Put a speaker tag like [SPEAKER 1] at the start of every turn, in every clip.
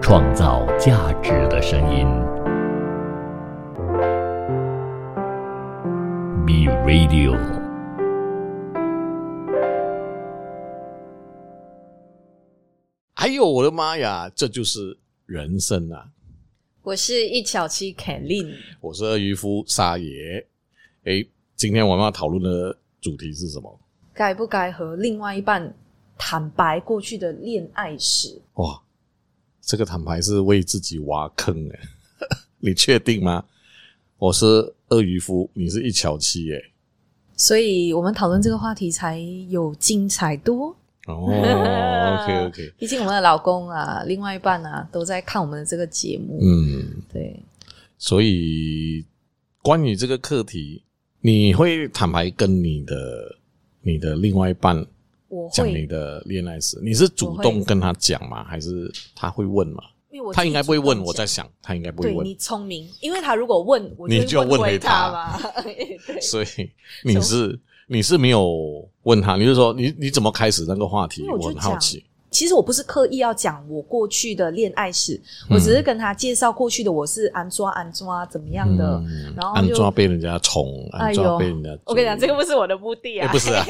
[SPEAKER 1] 创造价值的声音。B Radio。
[SPEAKER 2] 哎呦，我的妈呀，这就是人生啊！
[SPEAKER 3] 我是一小七 Kelin，
[SPEAKER 2] 我是鳄鱼夫沙爷。哎，今天我们要讨论的主题是什么？
[SPEAKER 3] 该不该和另外一半坦白过去的恋爱史？
[SPEAKER 2] 哇，这个坦白是为自己挖坑哎， 你确定吗？我是鳄鱼夫，你是一巧七欸耶。
[SPEAKER 3] 所以我们讨论这个话题才有精彩多。
[SPEAKER 2] 哦，OK OK，
[SPEAKER 3] 毕竟我们的老公啊，另外一半啊，都在看我们的这个节目。
[SPEAKER 2] 嗯，
[SPEAKER 3] 对，
[SPEAKER 2] 所以关于这个课题，你会坦白跟你的你的另外一半
[SPEAKER 3] 我
[SPEAKER 2] 讲你
[SPEAKER 3] 会，
[SPEAKER 2] 的恋爱史，你是主动跟他讲吗？还是他会问吗？
[SPEAKER 3] 因为我
[SPEAKER 2] 他应该不会问，
[SPEAKER 3] 自己主动
[SPEAKER 2] 我在
[SPEAKER 3] 讲
[SPEAKER 2] 想，他应该不会
[SPEAKER 3] 对你
[SPEAKER 2] 问，
[SPEAKER 3] 聪明，因为他如果问，我
[SPEAKER 2] 你就
[SPEAKER 3] 会问
[SPEAKER 2] 问回
[SPEAKER 3] 回
[SPEAKER 2] 他
[SPEAKER 3] 嘛。 对，
[SPEAKER 2] 所以你是你是没有问他，你是说你你怎么开始那个话题？
[SPEAKER 3] 因为我就
[SPEAKER 2] 我很好奇，
[SPEAKER 3] 其实我不是刻意要讲我过去的恋爱史，
[SPEAKER 2] 嗯
[SPEAKER 3] 我只是跟他介绍过去的我是安抓安抓怎么样的。
[SPEAKER 2] 嗯
[SPEAKER 3] 然后
[SPEAKER 2] 安
[SPEAKER 3] 就
[SPEAKER 2] 抓被人家宠，安
[SPEAKER 3] 哎
[SPEAKER 2] 抓
[SPEAKER 3] 呦
[SPEAKER 2] 被人家追，
[SPEAKER 3] 我跟你讲，这个不是我的目的啊，
[SPEAKER 2] 哎不是 啊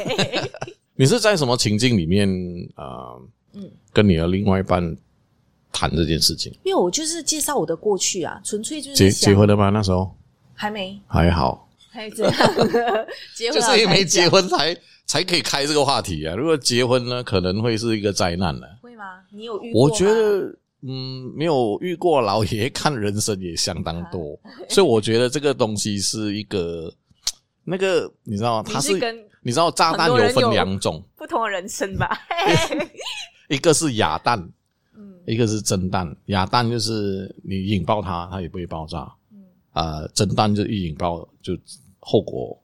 [SPEAKER 2] 你是在什么情境里面啊？嗯
[SPEAKER 3] 嗯，
[SPEAKER 2] 跟你的另外一半谈这件事情，
[SPEAKER 3] 因为我就是介绍我的过去啊，纯粹就是
[SPEAKER 2] 结
[SPEAKER 3] 想
[SPEAKER 2] 结婚了吗？那时候
[SPEAKER 3] 还没，
[SPEAKER 2] 还好，
[SPEAKER 3] 还这 样，结
[SPEAKER 2] 就
[SPEAKER 3] 婚啊了
[SPEAKER 2] 是因为
[SPEAKER 3] 才
[SPEAKER 2] 结
[SPEAKER 3] 讲
[SPEAKER 2] 婚才才可以开这个话题啊。如果结婚呢，可能会是一个灾难了。
[SPEAKER 3] 会吗？你有遇过
[SPEAKER 2] 我
[SPEAKER 3] 吗？
[SPEAKER 2] 觉得，嗯，没有遇过老爷 看人生也相当
[SPEAKER 3] 啊
[SPEAKER 2] 多，所以我觉得这个东西是一个那个，你知道吗？
[SPEAKER 3] 你
[SPEAKER 2] 它
[SPEAKER 3] 是跟
[SPEAKER 2] 你知道炸弹
[SPEAKER 3] 很多人
[SPEAKER 2] 分
[SPEAKER 3] 有
[SPEAKER 2] 两种，
[SPEAKER 3] 不同的人生吧。
[SPEAKER 2] 哎一个是哑弹，
[SPEAKER 3] 嗯
[SPEAKER 2] 一个是真弹。哑弹就是你引爆它，它也不会爆炸。
[SPEAKER 3] 嗯，
[SPEAKER 2] 啊，真弹就一引爆就后果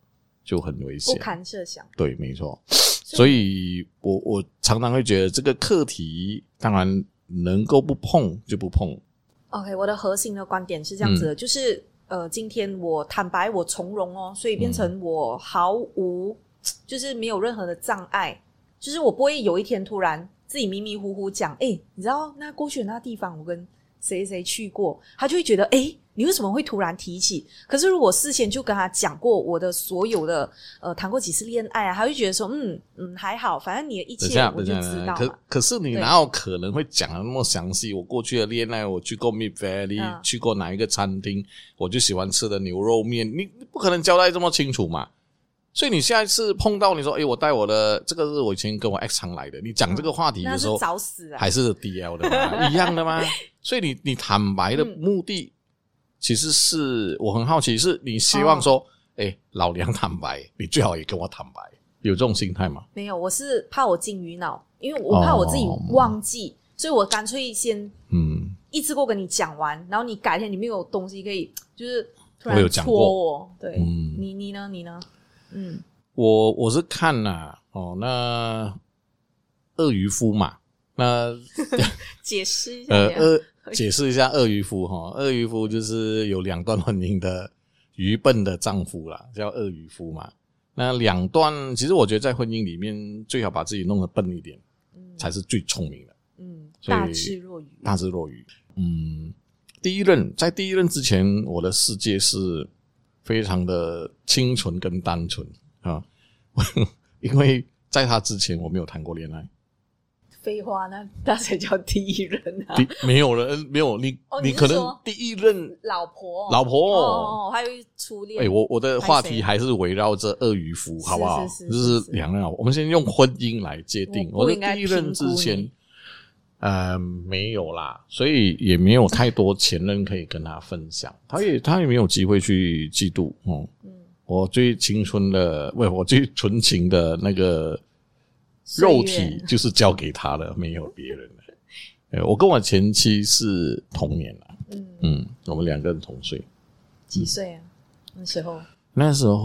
[SPEAKER 2] 就很危
[SPEAKER 3] 不
[SPEAKER 2] 险。
[SPEAKER 3] 堪设想。
[SPEAKER 2] 对，没错。所以我我常常会觉得这个课题，当然能够不碰就不碰。
[SPEAKER 3] OK，我的核心的观点是这样
[SPEAKER 2] 嗯
[SPEAKER 3] 子的，就是呃，今天我坦白，我从容哦，所以变成我毫无，就是没有任何的障碍，就是我不会有一天突然自己迷迷糊糊讲，哎，你知道那过去的那地方，我跟谁谁去过，他就会觉得，哎，你为什么会突然提起？可是如果事先就跟他讲过我的所有的呃谈过几次恋爱啊，他会觉得说，嗯嗯，还好，反正你的一
[SPEAKER 2] 等一
[SPEAKER 3] 切
[SPEAKER 2] 下，
[SPEAKER 3] 我
[SPEAKER 2] 等一
[SPEAKER 3] 就
[SPEAKER 2] 下，
[SPEAKER 3] 知
[SPEAKER 2] 等一
[SPEAKER 3] 道
[SPEAKER 2] 下
[SPEAKER 3] 嘛
[SPEAKER 2] 可。可是你
[SPEAKER 3] 对
[SPEAKER 2] 哪有可能会讲的那么详细？我过去的恋爱，我去过 Mid Valley，、
[SPEAKER 3] 嗯
[SPEAKER 2] 去过哪一个餐厅，我就喜欢吃的牛肉面，你你不可能交代这么清楚嘛。所以你下一次碰到你说，哎诶，我带我的这个是我以前跟我 X 常来的，你讲这个话题
[SPEAKER 3] 那
[SPEAKER 2] 的时
[SPEAKER 3] 是
[SPEAKER 2] 候，
[SPEAKER 3] 找死啊！
[SPEAKER 2] 还是 DL 的 嘛，一样的吗？所以你你坦白的目的，其实是我很好奇，是你希
[SPEAKER 3] 哦
[SPEAKER 2] 望说，哎、老娘坦白，你最好也跟我坦白，有这种心态吗？
[SPEAKER 3] 没有，我是怕我金鱼脑，因为我怕我自己忘记，所以我干脆先
[SPEAKER 2] 嗯，
[SPEAKER 3] 一次过跟你讲完，然后你改天你没有东西可以，就是突
[SPEAKER 2] 我有
[SPEAKER 3] 然
[SPEAKER 2] 讲
[SPEAKER 3] 戳
[SPEAKER 2] 过
[SPEAKER 3] 我。对，
[SPEAKER 2] 嗯
[SPEAKER 3] 你你呢？你呢？嗯，
[SPEAKER 2] 我我是看呐、哦，那鳄鱼夫嘛，那
[SPEAKER 3] 解释一下。
[SPEAKER 2] 呃鳄解释一下鳄鱼夫哈，鳄鱼夫就是有两段婚姻的愚笨的丈夫啦，叫鳄鱼夫嘛。那两段，其实我觉得在婚姻里面，最好把自己弄得笨一点，
[SPEAKER 3] 嗯
[SPEAKER 2] 才是最聪明的，
[SPEAKER 3] 嗯，
[SPEAKER 2] 所以
[SPEAKER 3] 大智若愚。
[SPEAKER 2] 大智若愚。嗯，第一任在第一任之前，我的世界是非常的清纯跟单纯啊， 因为在他之前我没有谈过恋爱，
[SPEAKER 3] 废话，那那才叫第一人啊！
[SPEAKER 2] 第没有人没有你，
[SPEAKER 3] 哦
[SPEAKER 2] 你
[SPEAKER 3] 你是
[SPEAKER 2] 可能
[SPEAKER 3] 说
[SPEAKER 2] 第一任
[SPEAKER 3] 老婆哦，
[SPEAKER 2] 老婆
[SPEAKER 3] 哦哦，哦还有一初恋。
[SPEAKER 2] 哎、我我的话题
[SPEAKER 3] 谁
[SPEAKER 2] 还是围绕着鳄鱼夫，
[SPEAKER 3] 是
[SPEAKER 2] 好不好？
[SPEAKER 3] 是是
[SPEAKER 2] 就是是
[SPEAKER 3] 是
[SPEAKER 2] 两任啊，我们先用婚姻来界定。
[SPEAKER 3] 我
[SPEAKER 2] 我
[SPEAKER 3] 不
[SPEAKER 2] 的
[SPEAKER 3] 应该
[SPEAKER 2] 第一任之
[SPEAKER 3] 评
[SPEAKER 2] 前
[SPEAKER 3] 估，
[SPEAKER 2] 呃，没有啦，所以也没有太多前任可以跟他分享，他也他也没有机会去嫉妒哦。
[SPEAKER 3] 嗯
[SPEAKER 2] 我最青春的，不，我最纯情的那个肉
[SPEAKER 3] 岁
[SPEAKER 2] 体
[SPEAKER 3] 月
[SPEAKER 2] 就是交给他了，没有别人了。 哎，我跟我前妻是同年了，
[SPEAKER 3] 嗯，
[SPEAKER 2] 嗯，我们两个人同岁。
[SPEAKER 3] 几岁啊？那时候
[SPEAKER 2] 那时候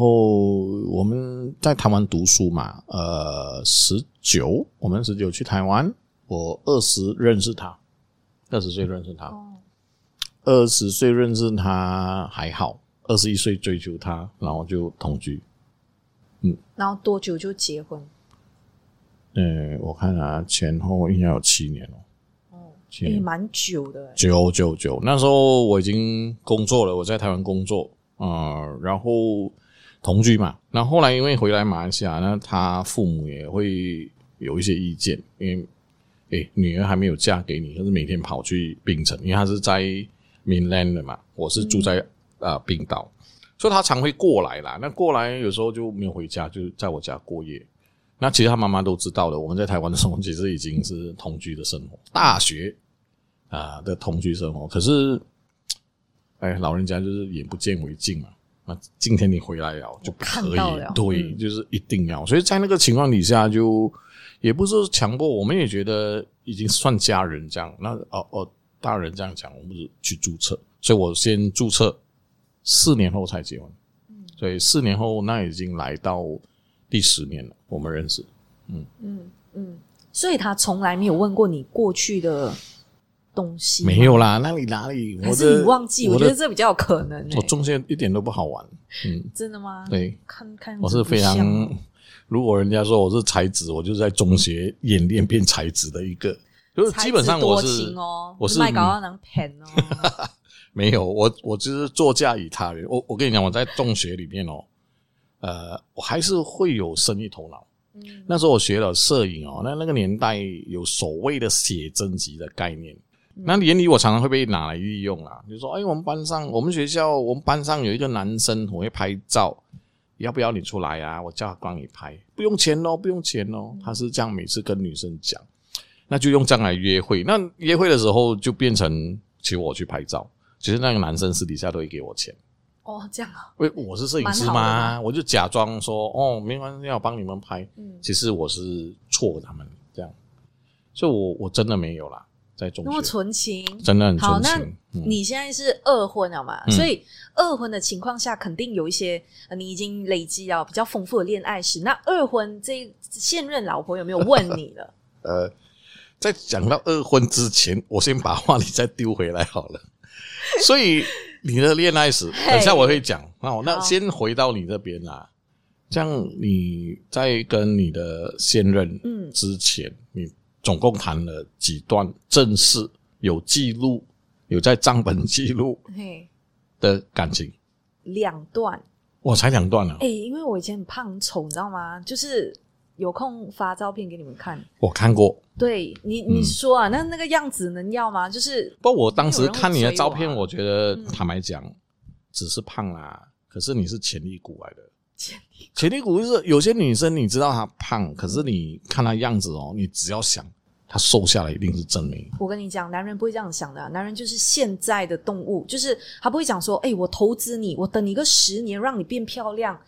[SPEAKER 2] 我们在台湾读书嘛，呃，十九，我们十九去台湾，我二十认识他，二十岁认识他，
[SPEAKER 3] 哦，
[SPEAKER 2] 二十岁认识他还好，二十一岁追求他，然后就同居。
[SPEAKER 3] 然后多久就结婚？
[SPEAKER 2] 呃嗯，我看啊，前后应该有七年哦，
[SPEAKER 3] 哦，
[SPEAKER 2] 去
[SPEAKER 3] 也
[SPEAKER 2] 年
[SPEAKER 3] 蛮久的欸，
[SPEAKER 2] 九九九，那时候我已经工作了，我在台湾工作，呃，然后同居嘛。那后来因为回来马来西亚，那他父母也会有一些意见，因为诶女儿还没有嫁给你，可是每天跑去槟城，因为他是在 mainland 的嘛，我是住在、呃冰岛，所以他常会过来啦。那过来有时候就没有回家，就在我家过夜。那其实他妈妈都知道的，我们在台湾的时候其实已经是同居的生活，大学啊的同居生活。可是，哎，老人家就是眼不见为净嘛。那今天你回来了就不可
[SPEAKER 3] 看
[SPEAKER 2] 以
[SPEAKER 3] 到了，
[SPEAKER 2] 对，
[SPEAKER 3] 嗯
[SPEAKER 2] 就是一定要。所以在那个情况底下就，也不是强迫，我们也觉得已经算家人这样。那哦哦，大人这样讲，我们是去注册，所以我先注册，四年后才结婚。
[SPEAKER 3] 嗯
[SPEAKER 2] 所以四年后，那已经来到第十年了，我们认识。
[SPEAKER 3] 嗯嗯，所以他从来没有问过你过去的东西，
[SPEAKER 2] 没，有啦，那里哪里？
[SPEAKER 3] 还
[SPEAKER 2] 我
[SPEAKER 3] 是
[SPEAKER 2] 的
[SPEAKER 3] 你忘记？我
[SPEAKER 2] 我
[SPEAKER 3] 觉
[SPEAKER 2] 的
[SPEAKER 3] 得这比较有可能欸，
[SPEAKER 2] 我中间一点都不好玩。嗯，
[SPEAKER 3] 真的吗？，
[SPEAKER 2] 对，
[SPEAKER 3] 啊看看
[SPEAKER 2] 我
[SPEAKER 3] 着
[SPEAKER 2] 是
[SPEAKER 3] 不
[SPEAKER 2] 非常
[SPEAKER 3] 像，
[SPEAKER 2] 如果人家说我是才子，我就是在中学演练变才子的一个，就是基本上我
[SPEAKER 3] 才子多
[SPEAKER 2] 是
[SPEAKER 3] 情哦，
[SPEAKER 2] 我是
[SPEAKER 3] 卖搞到能骗哦，
[SPEAKER 2] 没有，我我只是作嫁与他人。我我跟你讲，我在中学里面哦，呃，我还是会有生意头脑。
[SPEAKER 3] 嗯
[SPEAKER 2] 那时候我学了摄影哦，那那个年代有所谓的写真集的概念，
[SPEAKER 3] 嗯
[SPEAKER 2] 那眼里我常常会被拿来利用啊，就说哎，我们班上，我们学校，我们班上有一个男生很会拍照，要不要你出来啊？我叫他帮你拍，不用钱哦，不用钱
[SPEAKER 3] 嗯
[SPEAKER 2] 哦。他是这样每次跟女生讲，那就用这样来约会。那约会的时候就变成请我去拍照，其实那个男生私底下都会给我钱。
[SPEAKER 3] 哦，这样啊，
[SPEAKER 2] 喂，我是摄影师
[SPEAKER 3] 蛮好的
[SPEAKER 2] 嘛，
[SPEAKER 3] 嘛
[SPEAKER 2] 我就假装说哦，没关系，我帮你们拍。
[SPEAKER 3] 嗯，
[SPEAKER 2] 其实我是错他们这样，所以我我真的没有啦，在中
[SPEAKER 3] 那么
[SPEAKER 2] 学
[SPEAKER 3] 纯情，
[SPEAKER 2] 真的很
[SPEAKER 3] 好，
[SPEAKER 2] 纯
[SPEAKER 3] 那
[SPEAKER 2] 情。嗯
[SPEAKER 3] 你现在是二婚了嘛？
[SPEAKER 2] 嗯
[SPEAKER 3] 所以二婚的情况下，肯定有一些呃你已经累积了比较丰富的恋爱史。那二婚这现任老婆有没有问你了？
[SPEAKER 2] 呃，在讲到二婚之前，我先把话题再丢回来好 了。所以你的恋爱史，
[SPEAKER 3] 嘿
[SPEAKER 2] 等一下我会讲。那我那
[SPEAKER 3] 好
[SPEAKER 2] 先回到你这边啦。这样你在跟你的现任
[SPEAKER 3] 嗯
[SPEAKER 2] 之前，你总共谈了几段正式有记录、有在账本记录
[SPEAKER 3] 嘿，
[SPEAKER 2] 的感情？
[SPEAKER 3] 两段。
[SPEAKER 2] 我才两段啊
[SPEAKER 3] 哎、！因为我以前很胖丑，你知道吗？就是有空发照片给你们看。
[SPEAKER 2] 我看过，
[SPEAKER 3] 对你，
[SPEAKER 2] 嗯
[SPEAKER 3] 你说啊，那那个样子能要吗？就是
[SPEAKER 2] 不，我当时看你的照
[SPEAKER 3] 没有
[SPEAKER 2] 片，
[SPEAKER 3] 人会追我啊
[SPEAKER 2] 我觉得
[SPEAKER 3] 嗯
[SPEAKER 2] 坦白讲，只是胖啦，可是你是潜力股来的。
[SPEAKER 3] 潜
[SPEAKER 2] 力潜力股就是有些女生，你知道她胖，可是你看她样子哦，你只要想她瘦下来一定是真美。
[SPEAKER 3] 我跟你讲，男人不会这样想的啊、男人就是现在的动物，就是他不会讲说，哎、我投资你，我等你个十年，让你变漂亮。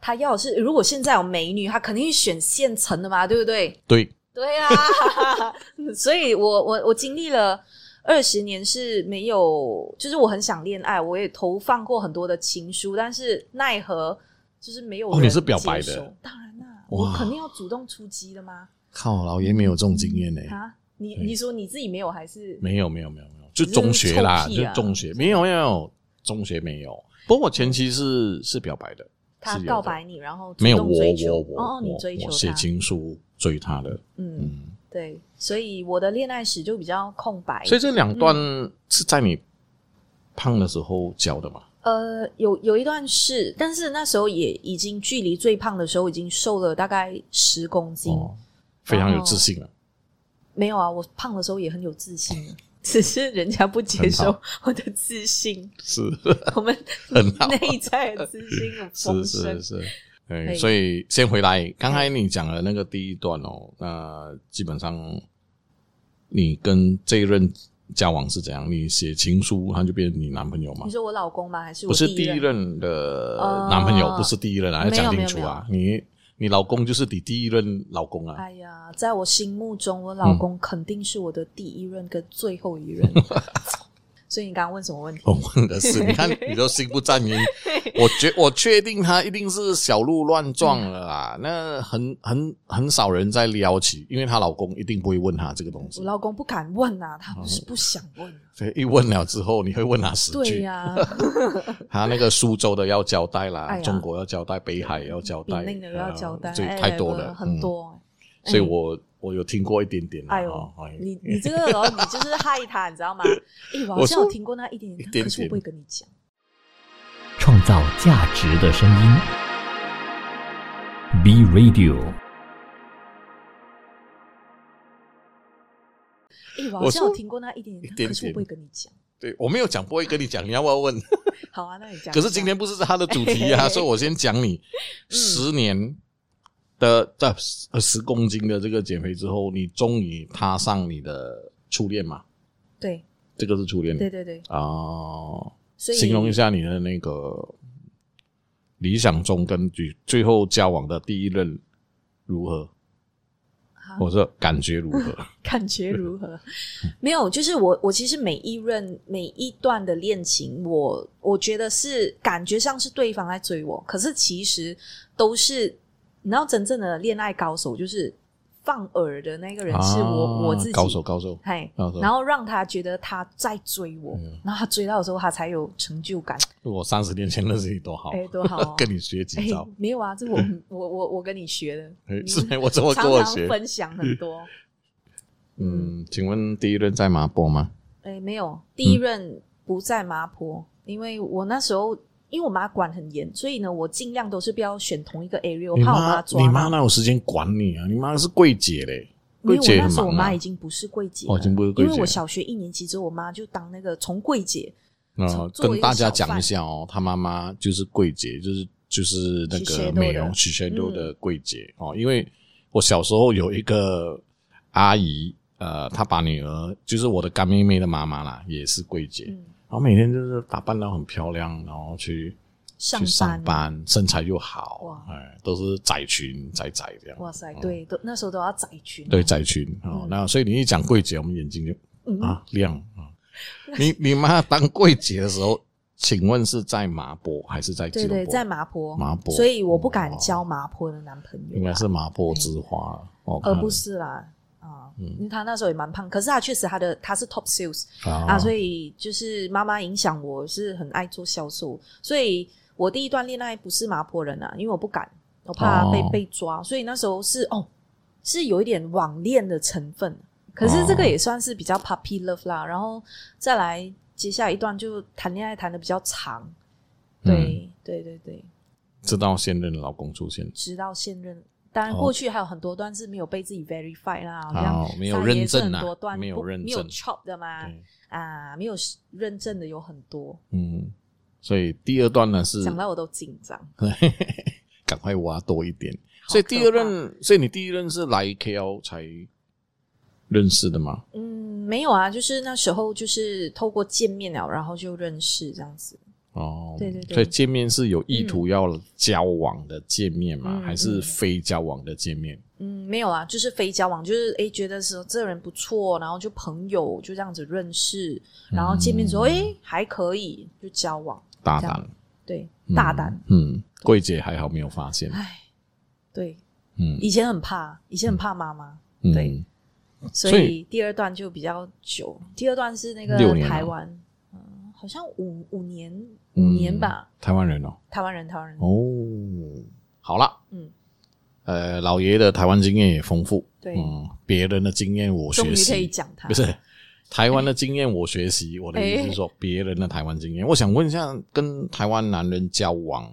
[SPEAKER 3] 他要的是，如果现在有美女，他肯定选现成的嘛，对不对？
[SPEAKER 2] 对，
[SPEAKER 3] 对啊， 所以我我我经历了二十年是没有，就是我很想恋爱，我也投放过很多的情书，但是奈何就是没有
[SPEAKER 2] 哦
[SPEAKER 3] 人、
[SPEAKER 2] 你是表白的？
[SPEAKER 3] 当然啦、
[SPEAKER 2] 哇
[SPEAKER 3] 我肯定要主动出击的嘛。
[SPEAKER 2] 靠，老爷没有这种经验呢、
[SPEAKER 3] 啊，你
[SPEAKER 2] 对
[SPEAKER 3] 你说你自己没有还是
[SPEAKER 2] 没有，没有，没有，没有，就中学啦，
[SPEAKER 3] 你
[SPEAKER 2] 就
[SPEAKER 3] 真是臭屁啊
[SPEAKER 2] 中学，没有，没有，中学没有。不过我前期是是表白的，
[SPEAKER 3] 他
[SPEAKER 2] 是有的
[SPEAKER 3] 告白你，然后主
[SPEAKER 2] 没有
[SPEAKER 3] 动
[SPEAKER 2] 我
[SPEAKER 3] 追求
[SPEAKER 2] 我我
[SPEAKER 3] 哦哦，你
[SPEAKER 2] 我
[SPEAKER 3] 追求
[SPEAKER 2] 我
[SPEAKER 3] 他，
[SPEAKER 2] 写情书追她的，
[SPEAKER 3] 嗯，
[SPEAKER 2] 嗯。
[SPEAKER 3] 对，所以我的恋爱史就比较空白。嗯
[SPEAKER 2] 所以这两段是在你胖的时候教的嘛？
[SPEAKER 3] 呃，有有一段是，但是那时候也已经距离最胖的时候已经瘦了大概十公斤。
[SPEAKER 2] 哦，非常有自信啊！
[SPEAKER 3] 哦没有啊，我胖的时候也很有自信 的，只是人家不接受
[SPEAKER 2] 很
[SPEAKER 3] 我的自信，
[SPEAKER 2] 是
[SPEAKER 3] 我们
[SPEAKER 2] 很 好
[SPEAKER 3] 内在的自信有
[SPEAKER 2] 是
[SPEAKER 3] 丰
[SPEAKER 2] 是
[SPEAKER 3] 盛。
[SPEAKER 2] 是，
[SPEAKER 3] 可
[SPEAKER 2] 对，
[SPEAKER 3] 以
[SPEAKER 2] 所以先回来，刚才你讲的那个第一段哦，那基本上你跟这一任交往是怎样？你写情书，他就变成你男朋友嘛
[SPEAKER 3] 你？说我老公吗？还是我
[SPEAKER 2] 不是
[SPEAKER 3] 第
[SPEAKER 2] 第一任的
[SPEAKER 3] 哦
[SPEAKER 2] 男朋友，不是第一任啊，要
[SPEAKER 3] 没有
[SPEAKER 2] 讲清楚啊！你你老公就是你第一任老公啊，
[SPEAKER 3] 哎呀，在我心目中，我老公肯定是我的第一任跟最后一任。
[SPEAKER 2] 嗯
[SPEAKER 3] 所以你刚刚问什么问题？
[SPEAKER 2] 我问的是，你看你都心不 占焉，我觉我确定他一定是小鹿乱撞了啦。那很很很少人在撩起，因为她老公一定不会问她这个东西
[SPEAKER 3] 我。老公不敢问啊，他不
[SPEAKER 2] 哦
[SPEAKER 3] 是不想问、啊。
[SPEAKER 2] 所以一问了之后，你会问他十
[SPEAKER 3] 对
[SPEAKER 2] 句。
[SPEAKER 3] 呀、
[SPEAKER 2] 他那个苏州的要交代
[SPEAKER 3] 哎
[SPEAKER 2] 啦，
[SPEAKER 3] 呀
[SPEAKER 2] 中国要交代，北海要交代，
[SPEAKER 3] 比那个要交代，
[SPEAKER 2] 呃这
[SPEAKER 3] 哎
[SPEAKER 2] 太多
[SPEAKER 3] 我
[SPEAKER 2] 了，
[SPEAKER 3] 很
[SPEAKER 2] 嗯
[SPEAKER 3] 多。哎
[SPEAKER 2] 所以我我有听过一点点啦，
[SPEAKER 3] 哎呦
[SPEAKER 2] 哦哎
[SPEAKER 3] 你你这个哦，你就是害他，你知道吗？哎，我好像
[SPEAKER 2] 我
[SPEAKER 3] 有
[SPEAKER 2] 说
[SPEAKER 3] 听过那一点点，
[SPEAKER 2] 一点点
[SPEAKER 3] 可是我不会跟你讲。
[SPEAKER 1] 创造价值的声音。B Radio，
[SPEAKER 3] 哎，我好
[SPEAKER 2] 我
[SPEAKER 3] 像
[SPEAKER 2] 说
[SPEAKER 3] 有听过那一点
[SPEAKER 2] 一
[SPEAKER 3] 点，
[SPEAKER 2] 点点
[SPEAKER 3] 可是我不会跟你讲。
[SPEAKER 2] 对我没有讲，不会跟你讲，你要不要问？
[SPEAKER 3] 好啊，那你讲一下。
[SPEAKER 2] 可是今天不是他的主题 啊，所以我先讲你
[SPEAKER 3] 嗯
[SPEAKER 2] 十年的在呃十公斤的这个减肥之后，你终于踏上你的初恋嘛？
[SPEAKER 3] 对
[SPEAKER 2] 这个是初恋
[SPEAKER 3] 对对对，
[SPEAKER 2] 啊、
[SPEAKER 3] 所以
[SPEAKER 2] 形容一下你的那个理想中跟最最后交往的第一任如何？
[SPEAKER 3] 啊
[SPEAKER 2] 我说感觉如 何？
[SPEAKER 3] 感觉如何？
[SPEAKER 2] 嗯
[SPEAKER 3] 没有，就是我，我其实每一任每一段的恋情，我我觉得是感觉上是对方在追我，可是其实都是，你知道，真正的恋爱高手就是放饵的那个人是我、
[SPEAKER 2] 啊
[SPEAKER 3] 我自己，
[SPEAKER 2] 高手高手，
[SPEAKER 3] 嗨
[SPEAKER 2] 高手
[SPEAKER 3] 然后让他觉得他在追我，
[SPEAKER 2] 嗯
[SPEAKER 3] 然后他追到的时候，他才有成就感。
[SPEAKER 2] 我三十年前认识你多好，！
[SPEAKER 3] 哎，多好、哦
[SPEAKER 2] 跟你学几
[SPEAKER 3] 哎
[SPEAKER 2] 招，，
[SPEAKER 3] 没有啊，这 我我我我跟你学的，
[SPEAKER 2] 哎
[SPEAKER 3] 你
[SPEAKER 2] 是吗我怎么跟我
[SPEAKER 3] 常常
[SPEAKER 2] 学？
[SPEAKER 3] 分享很 多。
[SPEAKER 2] 嗯，请问第一任在麻坡吗？
[SPEAKER 3] 哎，没有，
[SPEAKER 2] 嗯
[SPEAKER 3] 第一任不在麻坡，因为我那时候因为我妈管很严，所以呢，我尽量都是不要选同一个 area，我
[SPEAKER 2] 你
[SPEAKER 3] 怕我
[SPEAKER 2] 妈，
[SPEAKER 3] 抓
[SPEAKER 2] 你妈
[SPEAKER 3] 到。
[SPEAKER 2] 哪有时间管你啊？你妈是柜姐嘞，
[SPEAKER 3] 因
[SPEAKER 2] 柜
[SPEAKER 3] 为我
[SPEAKER 2] 姐
[SPEAKER 3] 那
[SPEAKER 2] 很
[SPEAKER 3] 时候我
[SPEAKER 2] 忙
[SPEAKER 3] 妈
[SPEAKER 2] 啊
[SPEAKER 3] 已。经不是柜姐
[SPEAKER 2] 哦
[SPEAKER 3] 了，
[SPEAKER 2] 已经不是柜姐
[SPEAKER 3] 因为我小学一年级之后，我妈就当那个从柜姐
[SPEAKER 2] 啊，
[SPEAKER 3] 作
[SPEAKER 2] 跟
[SPEAKER 3] 为一个
[SPEAKER 2] 大家
[SPEAKER 3] 小
[SPEAKER 2] 讲一
[SPEAKER 3] 贩
[SPEAKER 2] 下哦，她妈妈就是柜姐，就是就是那
[SPEAKER 3] 许学
[SPEAKER 2] 个
[SPEAKER 3] 豆
[SPEAKER 2] 美
[SPEAKER 3] 的
[SPEAKER 2] 容许学豆
[SPEAKER 3] 嗯
[SPEAKER 2] 的柜姐哦。因为我小时候有一个阿姨，呃，她把女儿就是我的干妹妹的妈妈啦，也是柜姐，
[SPEAKER 3] 嗯
[SPEAKER 2] 然后每天就是打扮到很漂亮，然后去
[SPEAKER 3] 上
[SPEAKER 2] 去上
[SPEAKER 3] 班。
[SPEAKER 2] 班，身材又好
[SPEAKER 3] 哇，
[SPEAKER 2] 哎，都是窄裙窄窄这样。
[SPEAKER 3] 哇塞，对，都那时候都要窄裙。
[SPEAKER 2] 哦对，窄裙哦
[SPEAKER 3] 嗯，
[SPEAKER 2] 那所以你一讲柜姐，我们眼睛就
[SPEAKER 3] 嗯，
[SPEAKER 2] 啊亮啊。你你妈当柜姐的时候，请问是在麻坡还是在吉
[SPEAKER 3] 对
[SPEAKER 2] 隆坡？
[SPEAKER 3] 对，在麻坡，
[SPEAKER 2] 麻坡
[SPEAKER 3] 所以我不敢交麻坡的男朋友啊，
[SPEAKER 2] 应该是麻坡之花了哦，
[SPEAKER 3] 而嗯不是啦啊，
[SPEAKER 2] 嗯
[SPEAKER 3] 因为他那时候也蛮胖，可是他确实他的他是 top sales，啊，所
[SPEAKER 2] 以
[SPEAKER 3] 以就是妈妈影响我是很爱做销售，所以我第一段恋爱不是麻坡人啊，因为我不敢，我怕被、
[SPEAKER 2] 哦
[SPEAKER 3] 被抓，所以那时候是哦，是有一点网恋的成分，可是这个
[SPEAKER 2] 哦
[SPEAKER 3] 也算是比较 puppy love 啦，然后再来接下来一段就谈恋爱谈的比较长，对、对对对，
[SPEAKER 2] 嗯知道现任老公出现，
[SPEAKER 3] 直到现任。当然，
[SPEAKER 2] 哦
[SPEAKER 3] 过去还有很多段是没有被自己 verify 啦，好
[SPEAKER 2] 哦
[SPEAKER 3] 像
[SPEAKER 2] 没有
[SPEAKER 3] 三
[SPEAKER 2] 认
[SPEAKER 3] 爷是
[SPEAKER 2] 证
[SPEAKER 3] 很
[SPEAKER 2] 啊
[SPEAKER 3] 多段
[SPEAKER 2] 没有
[SPEAKER 3] 不
[SPEAKER 2] 认
[SPEAKER 3] 没有
[SPEAKER 2] 证
[SPEAKER 3] chop 的嘛，
[SPEAKER 2] 对，
[SPEAKER 3] 啊，没有认证的有很多，
[SPEAKER 2] 嗯，所以第二段呢是
[SPEAKER 3] 讲到我都紧张。
[SPEAKER 2] 赶快挖多一点。
[SPEAKER 3] 好
[SPEAKER 2] 所以第二
[SPEAKER 3] 可
[SPEAKER 2] 任，所以你第一任是来 KL 才认识的吗？
[SPEAKER 3] 嗯，没有啊，就是那时候就是透过见面了，然后就认识这样子。
[SPEAKER 2] 哦，
[SPEAKER 3] 对对对
[SPEAKER 2] 所以见面是有意图要交往的见面吗？
[SPEAKER 3] 嗯
[SPEAKER 2] 还是非交往的见面？
[SPEAKER 3] 嗯，没有啊，就是非交往，就是诶觉得说这个人不错，然后就朋友就这样子认识，然后见面之后
[SPEAKER 2] 嗯
[SPEAKER 3] 诶还可以就交往，
[SPEAKER 2] 大
[SPEAKER 3] 这
[SPEAKER 2] 胆
[SPEAKER 3] 样，对，
[SPEAKER 2] 嗯
[SPEAKER 3] 大胆，，啊
[SPEAKER 2] 嗯，桂姐还好没有发现，
[SPEAKER 3] 唉，对，
[SPEAKER 2] 嗯，
[SPEAKER 3] 以前很怕，以前很怕妈妈，
[SPEAKER 2] 嗯
[SPEAKER 3] 对，所
[SPEAKER 2] 所
[SPEAKER 3] 以
[SPEAKER 2] 以
[SPEAKER 3] 第二段就比较久，第二段是那个
[SPEAKER 2] 六年啊
[SPEAKER 3] 台湾，嗯，好像五五年五
[SPEAKER 2] 嗯
[SPEAKER 3] 年吧，，
[SPEAKER 2] 台湾人哦，
[SPEAKER 3] 台湾人，台湾人，
[SPEAKER 2] 哦，好了，
[SPEAKER 3] 嗯，
[SPEAKER 2] 呃，老爷的台湾经验也丰富，
[SPEAKER 3] 对
[SPEAKER 2] 嗯，别人的经验我
[SPEAKER 3] 终
[SPEAKER 2] 学
[SPEAKER 3] 于可以
[SPEAKER 2] 习，
[SPEAKER 3] 讲哎他
[SPEAKER 2] 不是。台湾的经验我学习，我的意思是说别人的台湾经验。我想问一下，跟台湾男人交往，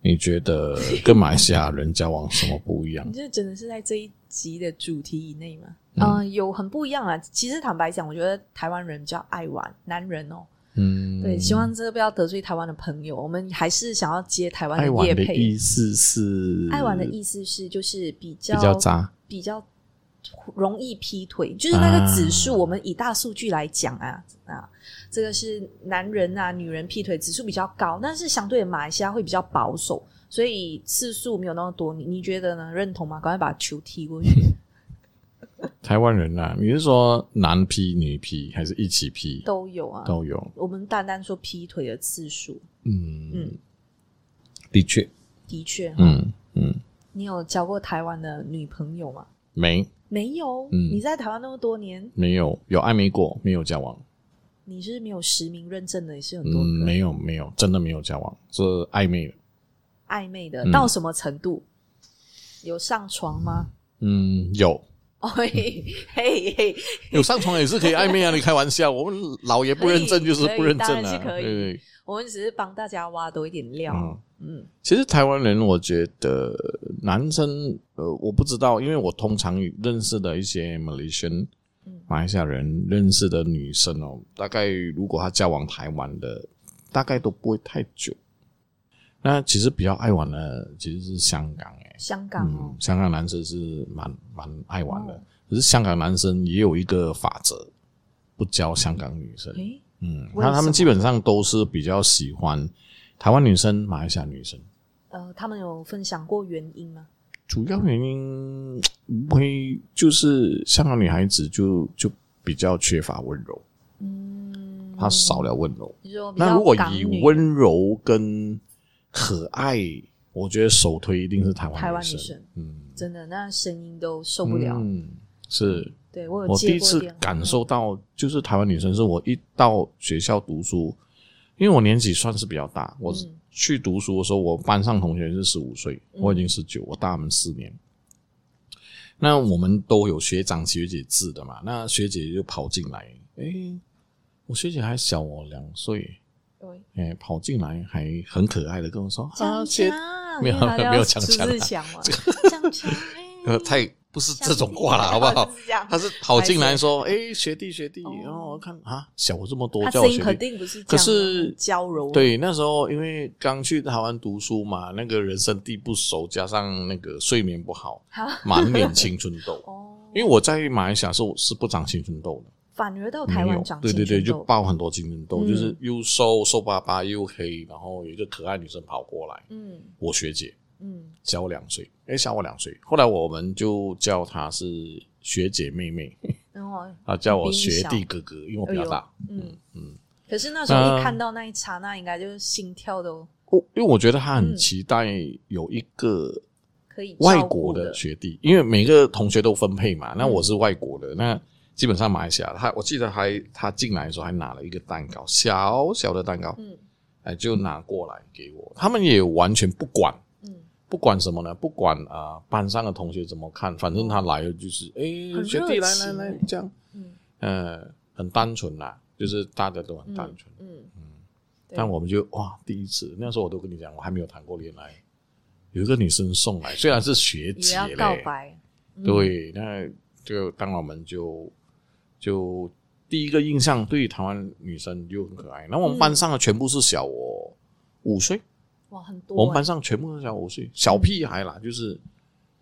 [SPEAKER 2] 你觉 得跟马来西亚人交往什么不一样
[SPEAKER 3] 你？这真的是在这一集的主题以内吗？
[SPEAKER 2] 嗯
[SPEAKER 3] 嗯、有很不一样啊。其实坦白讲，我觉得台湾人比较爱玩，男人哦，
[SPEAKER 2] 嗯，
[SPEAKER 3] 对，希望这个不要得罪台湾的朋友，我们还是想要接台湾
[SPEAKER 2] 爱
[SPEAKER 3] 的业
[SPEAKER 2] 玩的
[SPEAKER 3] 配
[SPEAKER 2] 意。思是
[SPEAKER 3] 爱玩的意思是，就是比较
[SPEAKER 2] 比较渣，
[SPEAKER 3] 比较容易劈腿，就是那个指数，
[SPEAKER 2] 啊
[SPEAKER 3] 我们以大数据来讲啊啊，这个是男人啊女人劈腿指数比较高，但是相对的马来西亚会比较保守，所以次数没有那么多。你你觉得呢？认同吗？赶快把球 踢过去。
[SPEAKER 2] 台湾人啊，你是说男批、女批，还是一起批？
[SPEAKER 3] 都有啊。
[SPEAKER 2] 都有。
[SPEAKER 3] 我们单单说劈腿的次数，
[SPEAKER 2] 嗯
[SPEAKER 3] 嗯
[SPEAKER 2] 的确，
[SPEAKER 3] 的确哈，
[SPEAKER 2] 嗯嗯，
[SPEAKER 3] 你有交过台湾的女朋友吗？
[SPEAKER 2] 没
[SPEAKER 3] 没有，
[SPEAKER 2] 嗯
[SPEAKER 3] 你在台湾那么多年，
[SPEAKER 2] 没有有暧昧过，没有交往，
[SPEAKER 3] 你是没有实名认证的，也是很多
[SPEAKER 2] 嗯，
[SPEAKER 3] 个
[SPEAKER 2] 没有没有，真的没有交往，是暧昧的。
[SPEAKER 3] 暧昧的，
[SPEAKER 2] 嗯
[SPEAKER 3] 到什么程度？有上床吗？
[SPEAKER 2] 嗯，有
[SPEAKER 3] 哦嘿嘿嘿，
[SPEAKER 2] 有上床也是可以暧昧啊！你开玩笑，我们老爷不认证就是不认证
[SPEAKER 3] 可以当然
[SPEAKER 2] 啊，
[SPEAKER 3] 是可以
[SPEAKER 2] 对对。
[SPEAKER 3] 我们只是帮大家挖多一点料。
[SPEAKER 2] 嗯
[SPEAKER 3] 嗯
[SPEAKER 2] 其实台湾人，我觉得男生，呃，我不知道，因为我通常认识的一些 Malaysian
[SPEAKER 3] 嗯
[SPEAKER 2] 马来西亚人认识的女生哦，大概如果她交往台湾的，大概都不会太久。那其实比较爱玩的其实是香港、欸，
[SPEAKER 3] 香港哦
[SPEAKER 2] 嗯，，香港男生是蛮蛮爱玩的，
[SPEAKER 3] 哦
[SPEAKER 2] 可是香港男生也有一个法则，不教香港女生。
[SPEAKER 3] 诶，
[SPEAKER 2] 嗯，
[SPEAKER 3] 为
[SPEAKER 2] 那他
[SPEAKER 3] 什么
[SPEAKER 2] 们基本上都是比较喜欢台湾女生、马来西亚女生。
[SPEAKER 3] 呃，他们有分享过原因吗？
[SPEAKER 2] 主要原因无非就是香港女孩子就就比较缺乏温柔，
[SPEAKER 3] 嗯，
[SPEAKER 2] 她少了温柔。
[SPEAKER 3] 你说比较
[SPEAKER 2] 那如果
[SPEAKER 3] 港
[SPEAKER 2] 以
[SPEAKER 3] 女
[SPEAKER 2] 温柔跟可爱，我觉得首推一定是台湾
[SPEAKER 3] 台湾女
[SPEAKER 2] 女
[SPEAKER 3] 生，
[SPEAKER 2] 嗯，
[SPEAKER 3] 真的那声音都受不了。
[SPEAKER 2] 嗯，是
[SPEAKER 3] 对我有
[SPEAKER 2] 我第
[SPEAKER 3] 接
[SPEAKER 2] 一
[SPEAKER 3] 过
[SPEAKER 2] 次
[SPEAKER 3] 电话，嗯
[SPEAKER 2] 感受到，就是台湾女生是我一到学校读书，因为我年纪算是比较大，我
[SPEAKER 3] 嗯
[SPEAKER 2] 去读书的时候，我班上同学是十五岁，我已经十九，我大他们四年。那我们都有学长学姐制的嘛，那学姐就跑进来，诶，我学姐还小我两岁，
[SPEAKER 3] 喂
[SPEAKER 2] 诶，哎跑进来还很可爱的跟我说，啊，
[SPEAKER 3] 江
[SPEAKER 2] 学
[SPEAKER 3] 江，
[SPEAKER 2] 没有
[SPEAKER 3] 因为他叫
[SPEAKER 2] 没有江
[SPEAKER 3] 朱
[SPEAKER 2] 江啊
[SPEAKER 3] 自强嘛，江江，
[SPEAKER 2] 呃，
[SPEAKER 3] 哎
[SPEAKER 2] 太不是
[SPEAKER 3] 江
[SPEAKER 2] 这种话了，好
[SPEAKER 3] 江
[SPEAKER 2] 不 好
[SPEAKER 3] 就？是这样
[SPEAKER 2] 他是跑进来说：“哎，学弟学弟。
[SPEAKER 3] 哦”
[SPEAKER 2] 然后我看啊，小我这么多
[SPEAKER 3] 他
[SPEAKER 2] 叫我
[SPEAKER 3] 声音
[SPEAKER 2] 学
[SPEAKER 3] 肯
[SPEAKER 2] 弟。
[SPEAKER 3] 定不是这样的，
[SPEAKER 2] 可是
[SPEAKER 3] 娇柔，
[SPEAKER 2] 对，那时候因为刚去台湾读书嘛，那个人生地不熟，加上那个睡眠不好，
[SPEAKER 3] 哈，
[SPEAKER 2] 满脸青春 痘。
[SPEAKER 3] 哦，
[SPEAKER 2] 因为我在马来西亚是是不长青春痘的，
[SPEAKER 3] 反而到哦台
[SPEAKER 2] 没
[SPEAKER 3] 湾
[SPEAKER 2] 有
[SPEAKER 3] 长
[SPEAKER 2] 对对
[SPEAKER 3] 青
[SPEAKER 2] 对，
[SPEAKER 3] 春
[SPEAKER 2] 就
[SPEAKER 3] 痘
[SPEAKER 2] 爆很多青春痘，
[SPEAKER 3] 嗯
[SPEAKER 2] 就是又瘦瘦巴巴又黑，然后有一个可爱女生跑过来，
[SPEAKER 3] 嗯
[SPEAKER 2] 我学姐
[SPEAKER 3] 嗯
[SPEAKER 2] 小我两岁，哎，小我两岁。后来我们就叫她是学姐妹妹，
[SPEAKER 3] 然后
[SPEAKER 2] 她叫我
[SPEAKER 3] 比你
[SPEAKER 2] 学
[SPEAKER 3] 小
[SPEAKER 2] 弟哥哥，因为我比较
[SPEAKER 3] 嗯哎呦
[SPEAKER 2] 大。
[SPEAKER 3] 嗯
[SPEAKER 2] 嗯。
[SPEAKER 3] 可是那时候
[SPEAKER 2] 嗯
[SPEAKER 3] 一看到那一刹那，应该就是心跳都
[SPEAKER 2] 我因为我觉得他很
[SPEAKER 3] 嗯
[SPEAKER 2] 期待有一个
[SPEAKER 3] 可以
[SPEAKER 2] 外
[SPEAKER 3] 照顾
[SPEAKER 2] 国
[SPEAKER 3] 的
[SPEAKER 2] 的学弟，因为每个同学都分配嘛。那
[SPEAKER 3] 嗯
[SPEAKER 2] 我是外国的，那基本上马来西亚，他我记得还他进来的时候还拿了一个蛋糕，小小的蛋糕，
[SPEAKER 3] 嗯
[SPEAKER 2] 哎，就拿过来给我。他们也完全不管，
[SPEAKER 3] 嗯，
[SPEAKER 2] 不管什么呢？不管啊、呃班上的同学怎么看，反正他来了就是，哎、
[SPEAKER 3] 很
[SPEAKER 2] 学
[SPEAKER 3] 热
[SPEAKER 2] 弟来来
[SPEAKER 3] 情
[SPEAKER 2] 来
[SPEAKER 3] 哎，
[SPEAKER 2] 这样，
[SPEAKER 3] 嗯
[SPEAKER 2] 呃，很单纯啦，就是大家都很单纯。
[SPEAKER 3] 嗯嗯，对
[SPEAKER 2] 但我们就哇，第一次那时候我都跟你讲，我还没有谈过恋爱，有一个女生送来，虽然是学
[SPEAKER 3] 也
[SPEAKER 2] 姐
[SPEAKER 3] 要
[SPEAKER 2] 嘞，
[SPEAKER 3] 告白，嗯，
[SPEAKER 2] 对，那就当然我们就就第一个印象对于台湾女生就很可爱。那我
[SPEAKER 3] 嗯
[SPEAKER 2] 们班上的全部是小我五岁，
[SPEAKER 3] 哇，很多欸，
[SPEAKER 2] 我们班上全部是小我五岁，小屁孩啦，就是，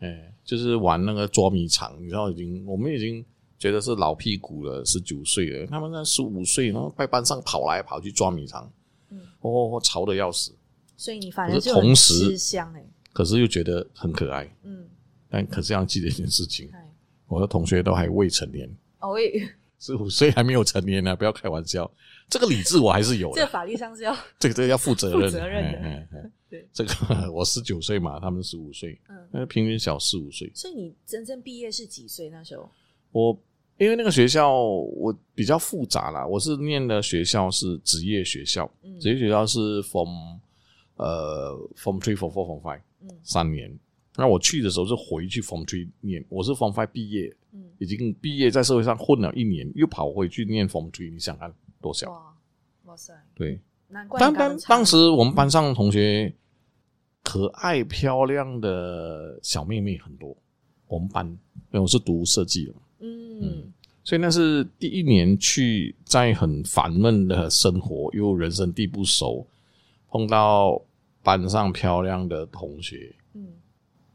[SPEAKER 2] 哎、就是玩那个捉迷藏，你知道已经我们已经。觉得是老屁股了，十九岁了，他们那十五岁，然后在班上跑来跑去抓迷藏，
[SPEAKER 3] 嗯
[SPEAKER 2] 哦，吵得要死。
[SPEAKER 3] 所以你反
[SPEAKER 2] 可
[SPEAKER 3] 而
[SPEAKER 2] 是
[SPEAKER 3] 就很
[SPEAKER 2] 同时
[SPEAKER 3] 吃香哎，
[SPEAKER 2] 可是又觉得很可爱。
[SPEAKER 3] 嗯，
[SPEAKER 2] 但可是要记得一件事情，
[SPEAKER 3] 哎，
[SPEAKER 2] 我的同学都还未成年，
[SPEAKER 3] 哦喂，
[SPEAKER 2] 十五岁还没有成年呢、不要开玩笑。这个理智我还是有
[SPEAKER 3] 这
[SPEAKER 2] 的，
[SPEAKER 3] 法律 上是要
[SPEAKER 2] 这个这个要负责任，
[SPEAKER 3] 负责任的
[SPEAKER 2] 哎哎哎
[SPEAKER 3] 对，
[SPEAKER 2] 这个我十九岁嘛，他们十五岁，
[SPEAKER 3] 嗯，
[SPEAKER 2] 那平均小四五岁。
[SPEAKER 3] 所以你真正毕业是几岁那时候？
[SPEAKER 2] 我因为那个学校我比较复杂啦，我是念的学校是职业学校，
[SPEAKER 3] 嗯
[SPEAKER 2] 职业学校是 from 呃 from three from four from five
[SPEAKER 3] 嗯
[SPEAKER 2] 三年。那我去的时候是回去 from three 念，我是 from five 毕业，
[SPEAKER 3] 嗯，
[SPEAKER 2] 已经毕业在社会上混了一年，又跑回去念 Form Three，你想看多小？
[SPEAKER 3] 哇哇塞，
[SPEAKER 2] 对，
[SPEAKER 3] 难怪
[SPEAKER 2] 当
[SPEAKER 3] 你刚
[SPEAKER 2] 当
[SPEAKER 3] 才
[SPEAKER 2] 当时我们班上的同学可爱漂亮的小妹妹很多，我们班因为我是读设计的嘛，
[SPEAKER 3] 嗯
[SPEAKER 2] 所以那是第一年去，在很烦闷的生活，又人生地不熟，碰到班上漂亮的同学，
[SPEAKER 3] 嗯，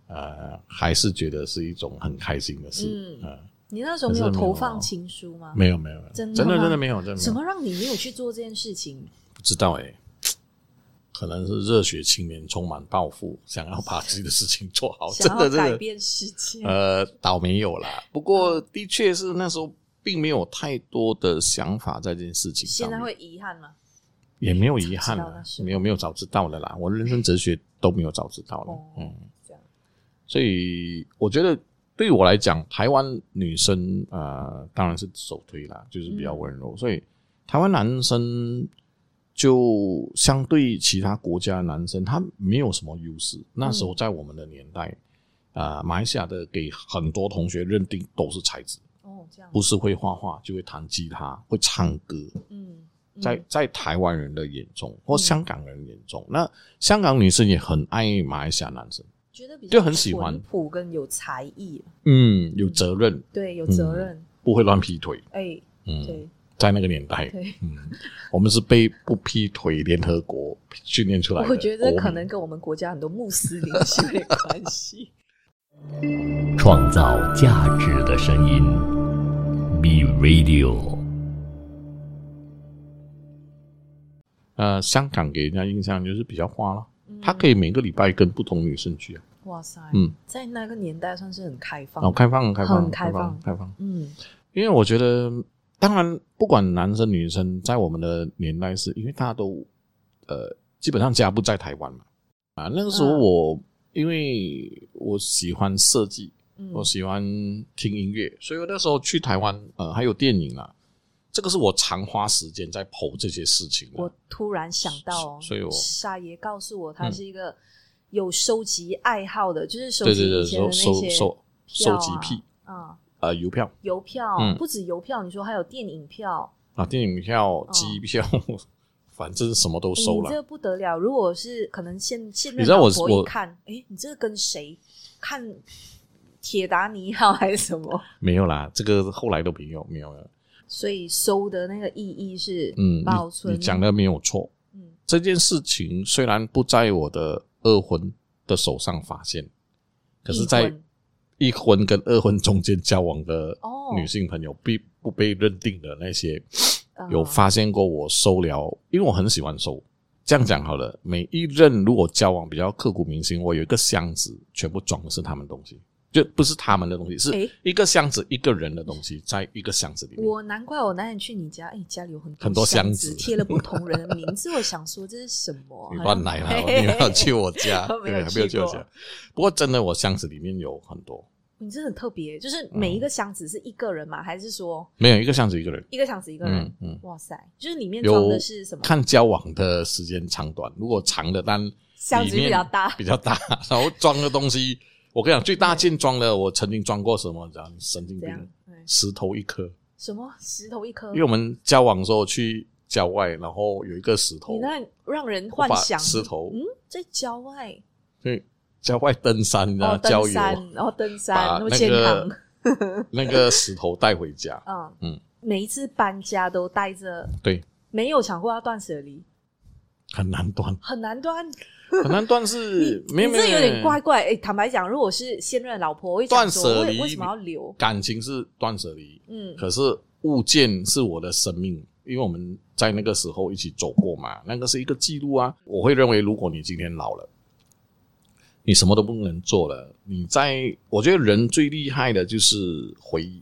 [SPEAKER 2] 呃，还是觉得是一种很开心的事。
[SPEAKER 3] 嗯
[SPEAKER 2] 呃
[SPEAKER 3] 你那时候没有投放情书吗？
[SPEAKER 2] 啊没有没有没有，
[SPEAKER 3] 真的
[SPEAKER 2] 真的
[SPEAKER 3] 吗
[SPEAKER 2] 真的没有，真的没有。
[SPEAKER 3] 什么让你没有去做这件事情？
[SPEAKER 2] 不知道哎、可能是热血青年充满抱负，想要把自己的事情做好，真
[SPEAKER 3] 想
[SPEAKER 2] 的
[SPEAKER 3] 要
[SPEAKER 2] 真
[SPEAKER 3] 改
[SPEAKER 2] 的，
[SPEAKER 3] 变世界？嗯
[SPEAKER 2] 呃，倒没有啦。不过的确是那时候并没有太多的想法在这件事情上
[SPEAKER 3] 现
[SPEAKER 2] 面，
[SPEAKER 3] 在会遗憾吗？
[SPEAKER 2] 也没有遗憾
[SPEAKER 3] 早知道
[SPEAKER 2] 了
[SPEAKER 3] 那，时候
[SPEAKER 2] 没有没有早知道的啦。我人生哲学都没有早知道的，
[SPEAKER 3] 哦
[SPEAKER 2] 嗯，
[SPEAKER 3] 这样，
[SPEAKER 2] 所以我觉得对我来讲，台湾女生呃当然是首推啦，就是比较
[SPEAKER 3] 嗯
[SPEAKER 2] 温柔，所以台湾男生就相
[SPEAKER 3] 嗯
[SPEAKER 2] 对其他国家的男生，他没有什么优势。那时候在我们的年代，啊、马来西亚的给很多同学认定都是才子，
[SPEAKER 3] 哦，这样，
[SPEAKER 2] 不是会画画就会弹吉他，会唱歌。
[SPEAKER 3] 嗯，嗯
[SPEAKER 2] 在在台湾人的眼中，或香港人眼中，那香港女生也很爱马来西亚男生。
[SPEAKER 3] 觉得比较
[SPEAKER 2] 就很喜欢
[SPEAKER 3] 淳朴跟有才艺，
[SPEAKER 2] 嗯，有责任，
[SPEAKER 3] 对，有责任，
[SPEAKER 2] 不会乱劈腿。
[SPEAKER 3] 哎，
[SPEAKER 2] 嗯，
[SPEAKER 3] 对
[SPEAKER 2] 在那个年代，嗯
[SPEAKER 3] 对，
[SPEAKER 2] 我们是被不劈腿联合国训练出来的。
[SPEAKER 3] 我觉得可能跟我们国家很多穆斯林是有点关系。
[SPEAKER 1] 创造价值的声音，B Radio。
[SPEAKER 2] 呃，香港给人家印象就是比较花了，
[SPEAKER 3] 嗯
[SPEAKER 2] 他可以每个礼拜跟不同女生去啊，
[SPEAKER 3] 哇塞，
[SPEAKER 2] 嗯，
[SPEAKER 3] 在那个年代算是很开放
[SPEAKER 2] 然后，开放、开放、
[SPEAKER 3] 很开放
[SPEAKER 2] 放、开放。
[SPEAKER 3] 嗯
[SPEAKER 2] 因为我觉得，当然不管男生女生，在我们的年代是，因为大家都呃基本上家不在台湾嘛啊，那个时候
[SPEAKER 3] 嗯
[SPEAKER 2] 我、因为我喜欢设计，
[SPEAKER 3] 嗯，
[SPEAKER 2] 我喜欢听音乐，所以我那时候去台湾呃还有电影啦，这个是我常花时间在剖这些事情啊的。
[SPEAKER 3] 我突然想到哦，
[SPEAKER 2] 所以我
[SPEAKER 3] 沙爷告诉我，他
[SPEAKER 2] 嗯
[SPEAKER 3] 是一个有收集爱好的，就是收
[SPEAKER 2] 对对
[SPEAKER 3] 集
[SPEAKER 2] 对，
[SPEAKER 3] 以前的
[SPEAKER 2] 收
[SPEAKER 3] 那
[SPEAKER 2] 收
[SPEAKER 3] 些
[SPEAKER 2] 收
[SPEAKER 3] 票
[SPEAKER 2] 收
[SPEAKER 3] 啊
[SPEAKER 2] 集癖
[SPEAKER 3] 啊，
[SPEAKER 2] 呃邮票
[SPEAKER 3] 邮票
[SPEAKER 2] 嗯
[SPEAKER 3] 不止邮票，你说还有电影票，
[SPEAKER 2] 啊电影票、机票， 反正什么都
[SPEAKER 3] 哦诶
[SPEAKER 2] 收
[SPEAKER 3] 哎你这
[SPEAKER 2] 了。
[SPEAKER 3] 个不得了。如果是可能现现任
[SPEAKER 2] 你知道我
[SPEAKER 3] 老婆
[SPEAKER 2] 我
[SPEAKER 3] 一看，哎，你这个跟谁看？铁达尼号还是什么？
[SPEAKER 2] 没有啦，这个后来都没有没有了。
[SPEAKER 3] 所以收的那个意义是，
[SPEAKER 2] 嗯，
[SPEAKER 3] 保存
[SPEAKER 2] 你你讲的没有错。
[SPEAKER 3] 嗯
[SPEAKER 2] 这件事情虽然不在我的二婚的手上发现，可是，
[SPEAKER 3] 一
[SPEAKER 2] 在
[SPEAKER 3] 婚
[SPEAKER 2] 一婚跟二婚中间交往的
[SPEAKER 3] 哦
[SPEAKER 2] 女性朋友，被不被认定的那些，
[SPEAKER 3] 啊
[SPEAKER 2] 有发现过我收了，因为我很喜欢收。这样讲好了，每一任如果交往比较刻骨铭心，我有一个箱子，全部装的是他们东西，就不是他们的东西，
[SPEAKER 3] 诶
[SPEAKER 2] 是一个箱子一个人的东西，在一个箱子里面。
[SPEAKER 3] 我难怪我那天去你家，哎，家里有很
[SPEAKER 2] 很多
[SPEAKER 3] 箱
[SPEAKER 2] 箱
[SPEAKER 3] 子，
[SPEAKER 2] 子
[SPEAKER 3] 贴了不同人 的名字，我想说这是什么？
[SPEAKER 2] 你乱来啦！
[SPEAKER 3] 嘿
[SPEAKER 2] 你没有去我家
[SPEAKER 3] 我，没有
[SPEAKER 2] 对，
[SPEAKER 3] 去
[SPEAKER 2] 没有去我
[SPEAKER 3] 过
[SPEAKER 2] 家。不过真的，我箱子里面有很多，
[SPEAKER 3] 你这很特别，
[SPEAKER 2] 嗯
[SPEAKER 3] 就是每一个箱子是一个人吗？还是说
[SPEAKER 2] 没有一个箱子一个人。
[SPEAKER 3] 一个箱子一个人
[SPEAKER 2] 嗯？嗯，
[SPEAKER 3] 哇塞，就是里面装
[SPEAKER 2] 有
[SPEAKER 3] 的是什么？
[SPEAKER 2] 看交往的时间长短，如果长的单
[SPEAKER 3] 箱子比较大
[SPEAKER 2] 比较大，然后装的东西，我跟你讲，最大件装的，我曾经装过什么？你知道，神经
[SPEAKER 3] 怎样嗯
[SPEAKER 2] 病，？
[SPEAKER 3] 对
[SPEAKER 2] 石头一颗。
[SPEAKER 3] 什么石头一颗
[SPEAKER 2] 因为？我们交往的时候去郊外，然后有一个石头
[SPEAKER 3] 你，那让人
[SPEAKER 2] 我
[SPEAKER 3] 幻
[SPEAKER 2] 把
[SPEAKER 3] 想
[SPEAKER 2] 石头
[SPEAKER 3] 嗯，在郊外
[SPEAKER 2] 对，郊外登山，你知道，
[SPEAKER 3] 哦，登
[SPEAKER 2] 郊游，啊
[SPEAKER 3] 山，然后登山，
[SPEAKER 2] 把
[SPEAKER 3] 那么
[SPEAKER 2] 那
[SPEAKER 3] 健 康
[SPEAKER 2] 个那个石头带回家。
[SPEAKER 3] 嗯
[SPEAKER 2] 嗯，
[SPEAKER 3] 每一次搬家都带着，
[SPEAKER 2] 对，
[SPEAKER 3] 没有想过要断舍离，
[SPEAKER 2] 很难断，
[SPEAKER 3] 很难断。
[SPEAKER 2] 很难断是没有没
[SPEAKER 3] 你
[SPEAKER 2] 有，
[SPEAKER 3] 这有
[SPEAKER 2] 没
[SPEAKER 3] 点怪。怪。哎、坦白讲，如果是现任老婆，我会想
[SPEAKER 2] 断
[SPEAKER 3] 说
[SPEAKER 2] 舍
[SPEAKER 3] 为
[SPEAKER 2] 离
[SPEAKER 3] 为什么要留？
[SPEAKER 2] 感情是断舍离，
[SPEAKER 3] 嗯
[SPEAKER 2] 可是物件是我的生命，因为我们在那个时候一起走过嘛，那个是一个记录啊。我会认为，如果你今天老了，你什么都不能做了，你在我觉得人最厉害的就是回忆。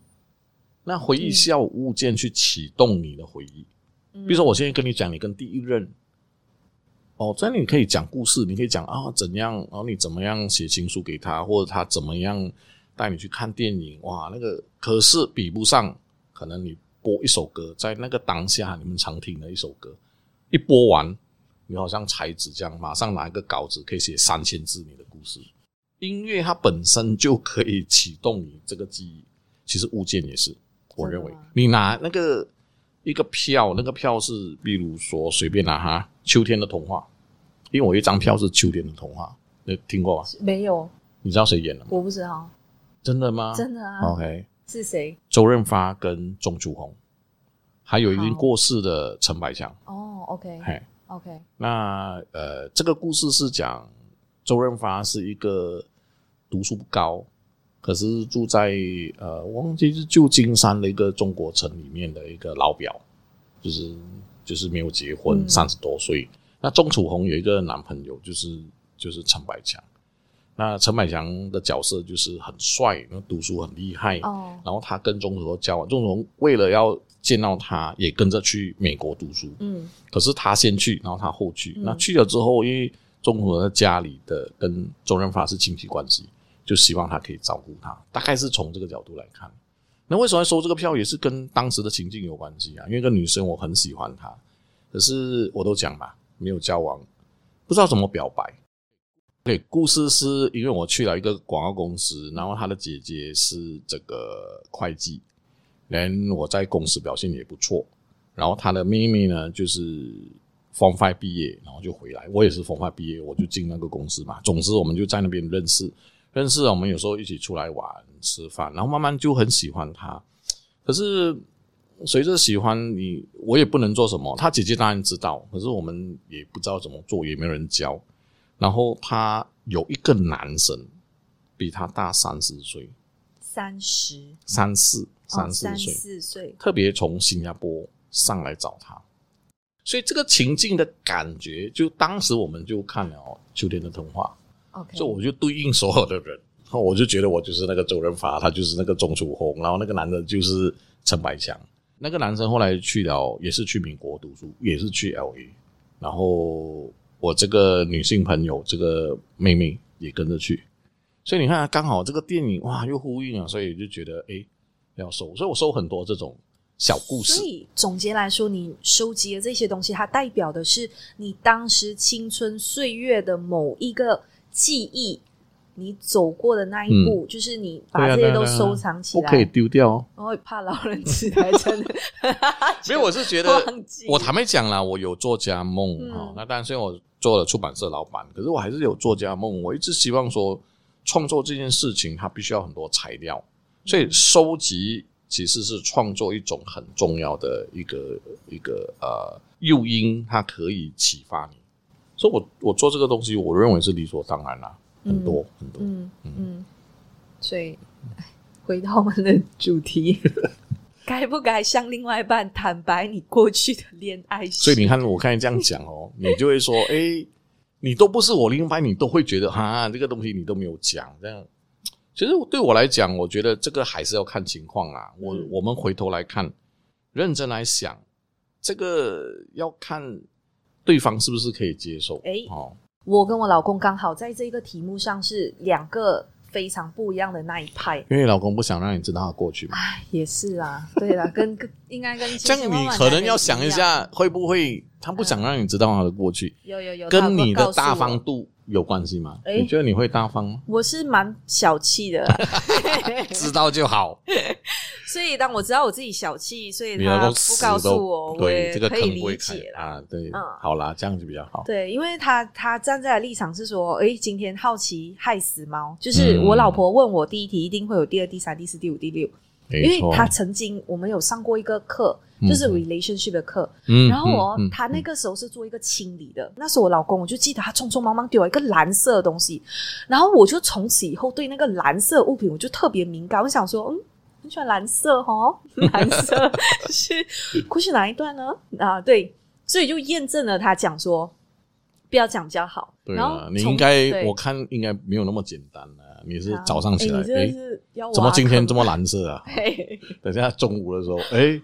[SPEAKER 2] 那回忆是要有物件去启动你的回忆，
[SPEAKER 3] 嗯
[SPEAKER 2] 比如说我现在跟你讲，你跟第一任，哦，这样你可以讲故事，你可以讲啊怎样，然后你怎么样写情书给他，或者他怎么样带你去看电影，哇，那个可是比不上，可能你播一首歌，在那个当下你们常听的一首歌，一播完，你好像才子这样，马上拿一个稿子可以写三千字你的故事。音乐它本身就可以启动你这个记忆，其实物件也是，我认为
[SPEAKER 3] 真的吗
[SPEAKER 2] 你拿那个一个票，那个票是，比如说随便拿哈，秋天的童话，因为我有一张票是秋天的童话，你听过吗？
[SPEAKER 3] 没有，
[SPEAKER 2] 你知道谁演的吗？
[SPEAKER 3] 我不知道，
[SPEAKER 2] 真的吗？
[SPEAKER 3] 真的啊，
[SPEAKER 2] OK，
[SPEAKER 3] 是谁？
[SPEAKER 2] 周润发跟钟楚红，还有已经
[SPEAKER 3] 好
[SPEAKER 2] 过世的陈百强。
[SPEAKER 3] 哦，OK
[SPEAKER 2] 嘿，
[SPEAKER 3] OK，
[SPEAKER 2] 那呃，这个故事是讲周润发是一个读书不高，可是住在呃，我忘记是旧金山的一个中国城里面的一个老表，就是就是没有结婚
[SPEAKER 3] 嗯，
[SPEAKER 2] 三十、多岁。那钟楚红有一个男朋友，就是就是陈百强。那陈百强的角色就是很帅，然后读书很厉害，
[SPEAKER 3] 哦，
[SPEAKER 2] 然后他跟钟楚红交往，钟楚红为了要见到他，也跟着去美国读书。
[SPEAKER 3] 嗯
[SPEAKER 2] 可是他先去，然后他后去。
[SPEAKER 3] 嗯
[SPEAKER 2] 那去了之后，因为中国的家里的跟周润发是亲戚关系，就希望他可以照顾他，大概是从这个角度来看。那为什么要收这个票，也是跟当时的情境有关系啊？因为跟女生我很喜欢她，可是我都讲嘛，没有交往，不知道怎么表白。对，故事是因为我去了一个广告公司，然后他的姐姐是这个会计，人我在公司表现也不错，然后他的妹妹呢就是 Form Five 毕业，然后就回来，我也是 Form Five 毕业，我就进那个公司嘛。总之，我们就在那边认识，认识了，我们有时候一起出来玩、吃饭，然后慢慢就很喜欢他。可是随着喜欢你，我也不能做什么。他姐姐当然知道，可是我们也不知道怎么做，也没有人教。然后他有一个男生比他大三十岁，
[SPEAKER 3] 三十，
[SPEAKER 2] 三四
[SPEAKER 3] 哦
[SPEAKER 2] 三四
[SPEAKER 3] 三
[SPEAKER 2] 岁，
[SPEAKER 3] 四岁，
[SPEAKER 2] 特别从新加坡上来找他，所以这个情境的感觉，就当时我们就看了《秋天的童话
[SPEAKER 3] OK，》，
[SPEAKER 2] 所以我就对应所有的人，然后我就觉得我就是那个周润发，他就是那个钟楚红，然后那个男的就是陈百强，那个男生后来去了，也是去美国读书，也是去 L A，然后我这个女性朋友，这个妹妹也跟着去，所以你看啊，刚好这个电影哇又呼应了，所以就觉得诶要收，所以我收很多这种小故事
[SPEAKER 3] 所，以总结来说，你收集的这些东西，它代表的是你当时青春岁月的某一个记忆，你走过的那一步，就是你把
[SPEAKER 2] 嗯对啊
[SPEAKER 3] 这
[SPEAKER 2] 对
[SPEAKER 3] 些
[SPEAKER 2] 啊
[SPEAKER 3] 都
[SPEAKER 2] 对啊
[SPEAKER 3] 收藏起
[SPEAKER 2] 不
[SPEAKER 3] 来。
[SPEAKER 2] 可以丢掉哦。
[SPEAKER 3] 然后怕老人痴呆症，
[SPEAKER 2] 所以我是觉得
[SPEAKER 3] 忘记，
[SPEAKER 2] 我坦白讲啦，我有作家梦
[SPEAKER 3] 嗯
[SPEAKER 2] 哈、那当然虽然我做了出版社老板，可是我还是有作家梦。我一直希望说，创作这件事情它必须要很多材料，所以收集其实是创作一种很重要的一个一个呃诱因，它可以启发你。所以我我做这个东西，我认为是理所当然啦，很多、很多。
[SPEAKER 3] 嗯嗯，所以唉回到我们的主题， 该不该向另外一半坦白你过去的恋爱史？
[SPEAKER 2] 所以你看，我刚才这样讲 哦，你就会说，哎、你都不是我另一半，你都会觉得啊，这个东西你都没有讲，这样。其实对我来讲，我觉得这个还是要看情况啦。我
[SPEAKER 3] 嗯
[SPEAKER 2] 我们回头来看，认真来想，这个要看对方是不是可以接受。
[SPEAKER 3] 诶
[SPEAKER 2] 哦，
[SPEAKER 3] 我跟我老公刚好在这个题目上是两个非常不一样的那一派。
[SPEAKER 2] 因为老公不想让你知道他过去嘛，
[SPEAKER 3] 唉，也是啦，对啦，跟跟应该跟
[SPEAKER 2] 这
[SPEAKER 3] 千
[SPEAKER 2] 样
[SPEAKER 3] 千万
[SPEAKER 2] 你
[SPEAKER 3] 万
[SPEAKER 2] 可
[SPEAKER 3] 男
[SPEAKER 2] 能
[SPEAKER 3] 人
[SPEAKER 2] 要想一
[SPEAKER 3] 样，
[SPEAKER 2] 下，会不会他不想让你知道他的过去，
[SPEAKER 3] 有有有，他
[SPEAKER 2] 跟
[SPEAKER 3] 有
[SPEAKER 2] 你
[SPEAKER 3] 告
[SPEAKER 2] 的
[SPEAKER 3] 诉
[SPEAKER 2] 大
[SPEAKER 3] 我哎
[SPEAKER 2] 方度有关系吗？
[SPEAKER 3] 诶
[SPEAKER 2] 你觉得你会大方 吗？
[SPEAKER 3] 我是蛮小气的啦，
[SPEAKER 2] 知道就好。
[SPEAKER 3] 所以当我知道我自己小气，所以
[SPEAKER 2] 你老
[SPEAKER 3] 他
[SPEAKER 2] 公
[SPEAKER 3] 不
[SPEAKER 2] 死
[SPEAKER 3] 告诉
[SPEAKER 2] 都
[SPEAKER 3] 我，我
[SPEAKER 2] 对
[SPEAKER 3] 也
[SPEAKER 2] 这个
[SPEAKER 3] 可以
[SPEAKER 2] 坑不会
[SPEAKER 3] 理
[SPEAKER 2] 开
[SPEAKER 3] 解啦。
[SPEAKER 2] 啊，对
[SPEAKER 3] 嗯，
[SPEAKER 2] 好啦，这样就比较好。
[SPEAKER 3] 对，因为他他站在的立场是说，诶，今天好奇害死猫，就是
[SPEAKER 2] 嗯
[SPEAKER 3] 我老婆问我第一题一定会有第二、第三、第四、第五、第六，因
[SPEAKER 2] 没
[SPEAKER 3] 为
[SPEAKER 2] 错，
[SPEAKER 3] 他曾经我们有上过一个课，就是 relationship 的课，
[SPEAKER 2] 嗯
[SPEAKER 3] 然后哦，
[SPEAKER 2] 嗯嗯
[SPEAKER 3] 他那个时候是做一个清理的，那时候我老公我就记得他匆匆忙忙丢了一个蓝色的东西，然后我就从此以后对那个蓝色物品我就特别敏感，我想说，嗯，很喜欢蓝色哦， 蓝 色是故事哪一段呢？啊，对，所以就验证了他讲说不要讲比较好，
[SPEAKER 2] 对
[SPEAKER 3] 然后
[SPEAKER 2] 啊，你
[SPEAKER 3] 从
[SPEAKER 2] 应该
[SPEAKER 3] 对
[SPEAKER 2] 我看应该没有那么简单了。你是
[SPEAKER 3] 啊
[SPEAKER 2] 早上起
[SPEAKER 3] 哎
[SPEAKER 2] 来，
[SPEAKER 3] 你真的
[SPEAKER 2] 哎，
[SPEAKER 3] 是要
[SPEAKER 2] 怎么今天这
[SPEAKER 3] 么？
[SPEAKER 2] 么蓝色 啊？
[SPEAKER 3] 嘿
[SPEAKER 2] 等一下中午的时候，哎，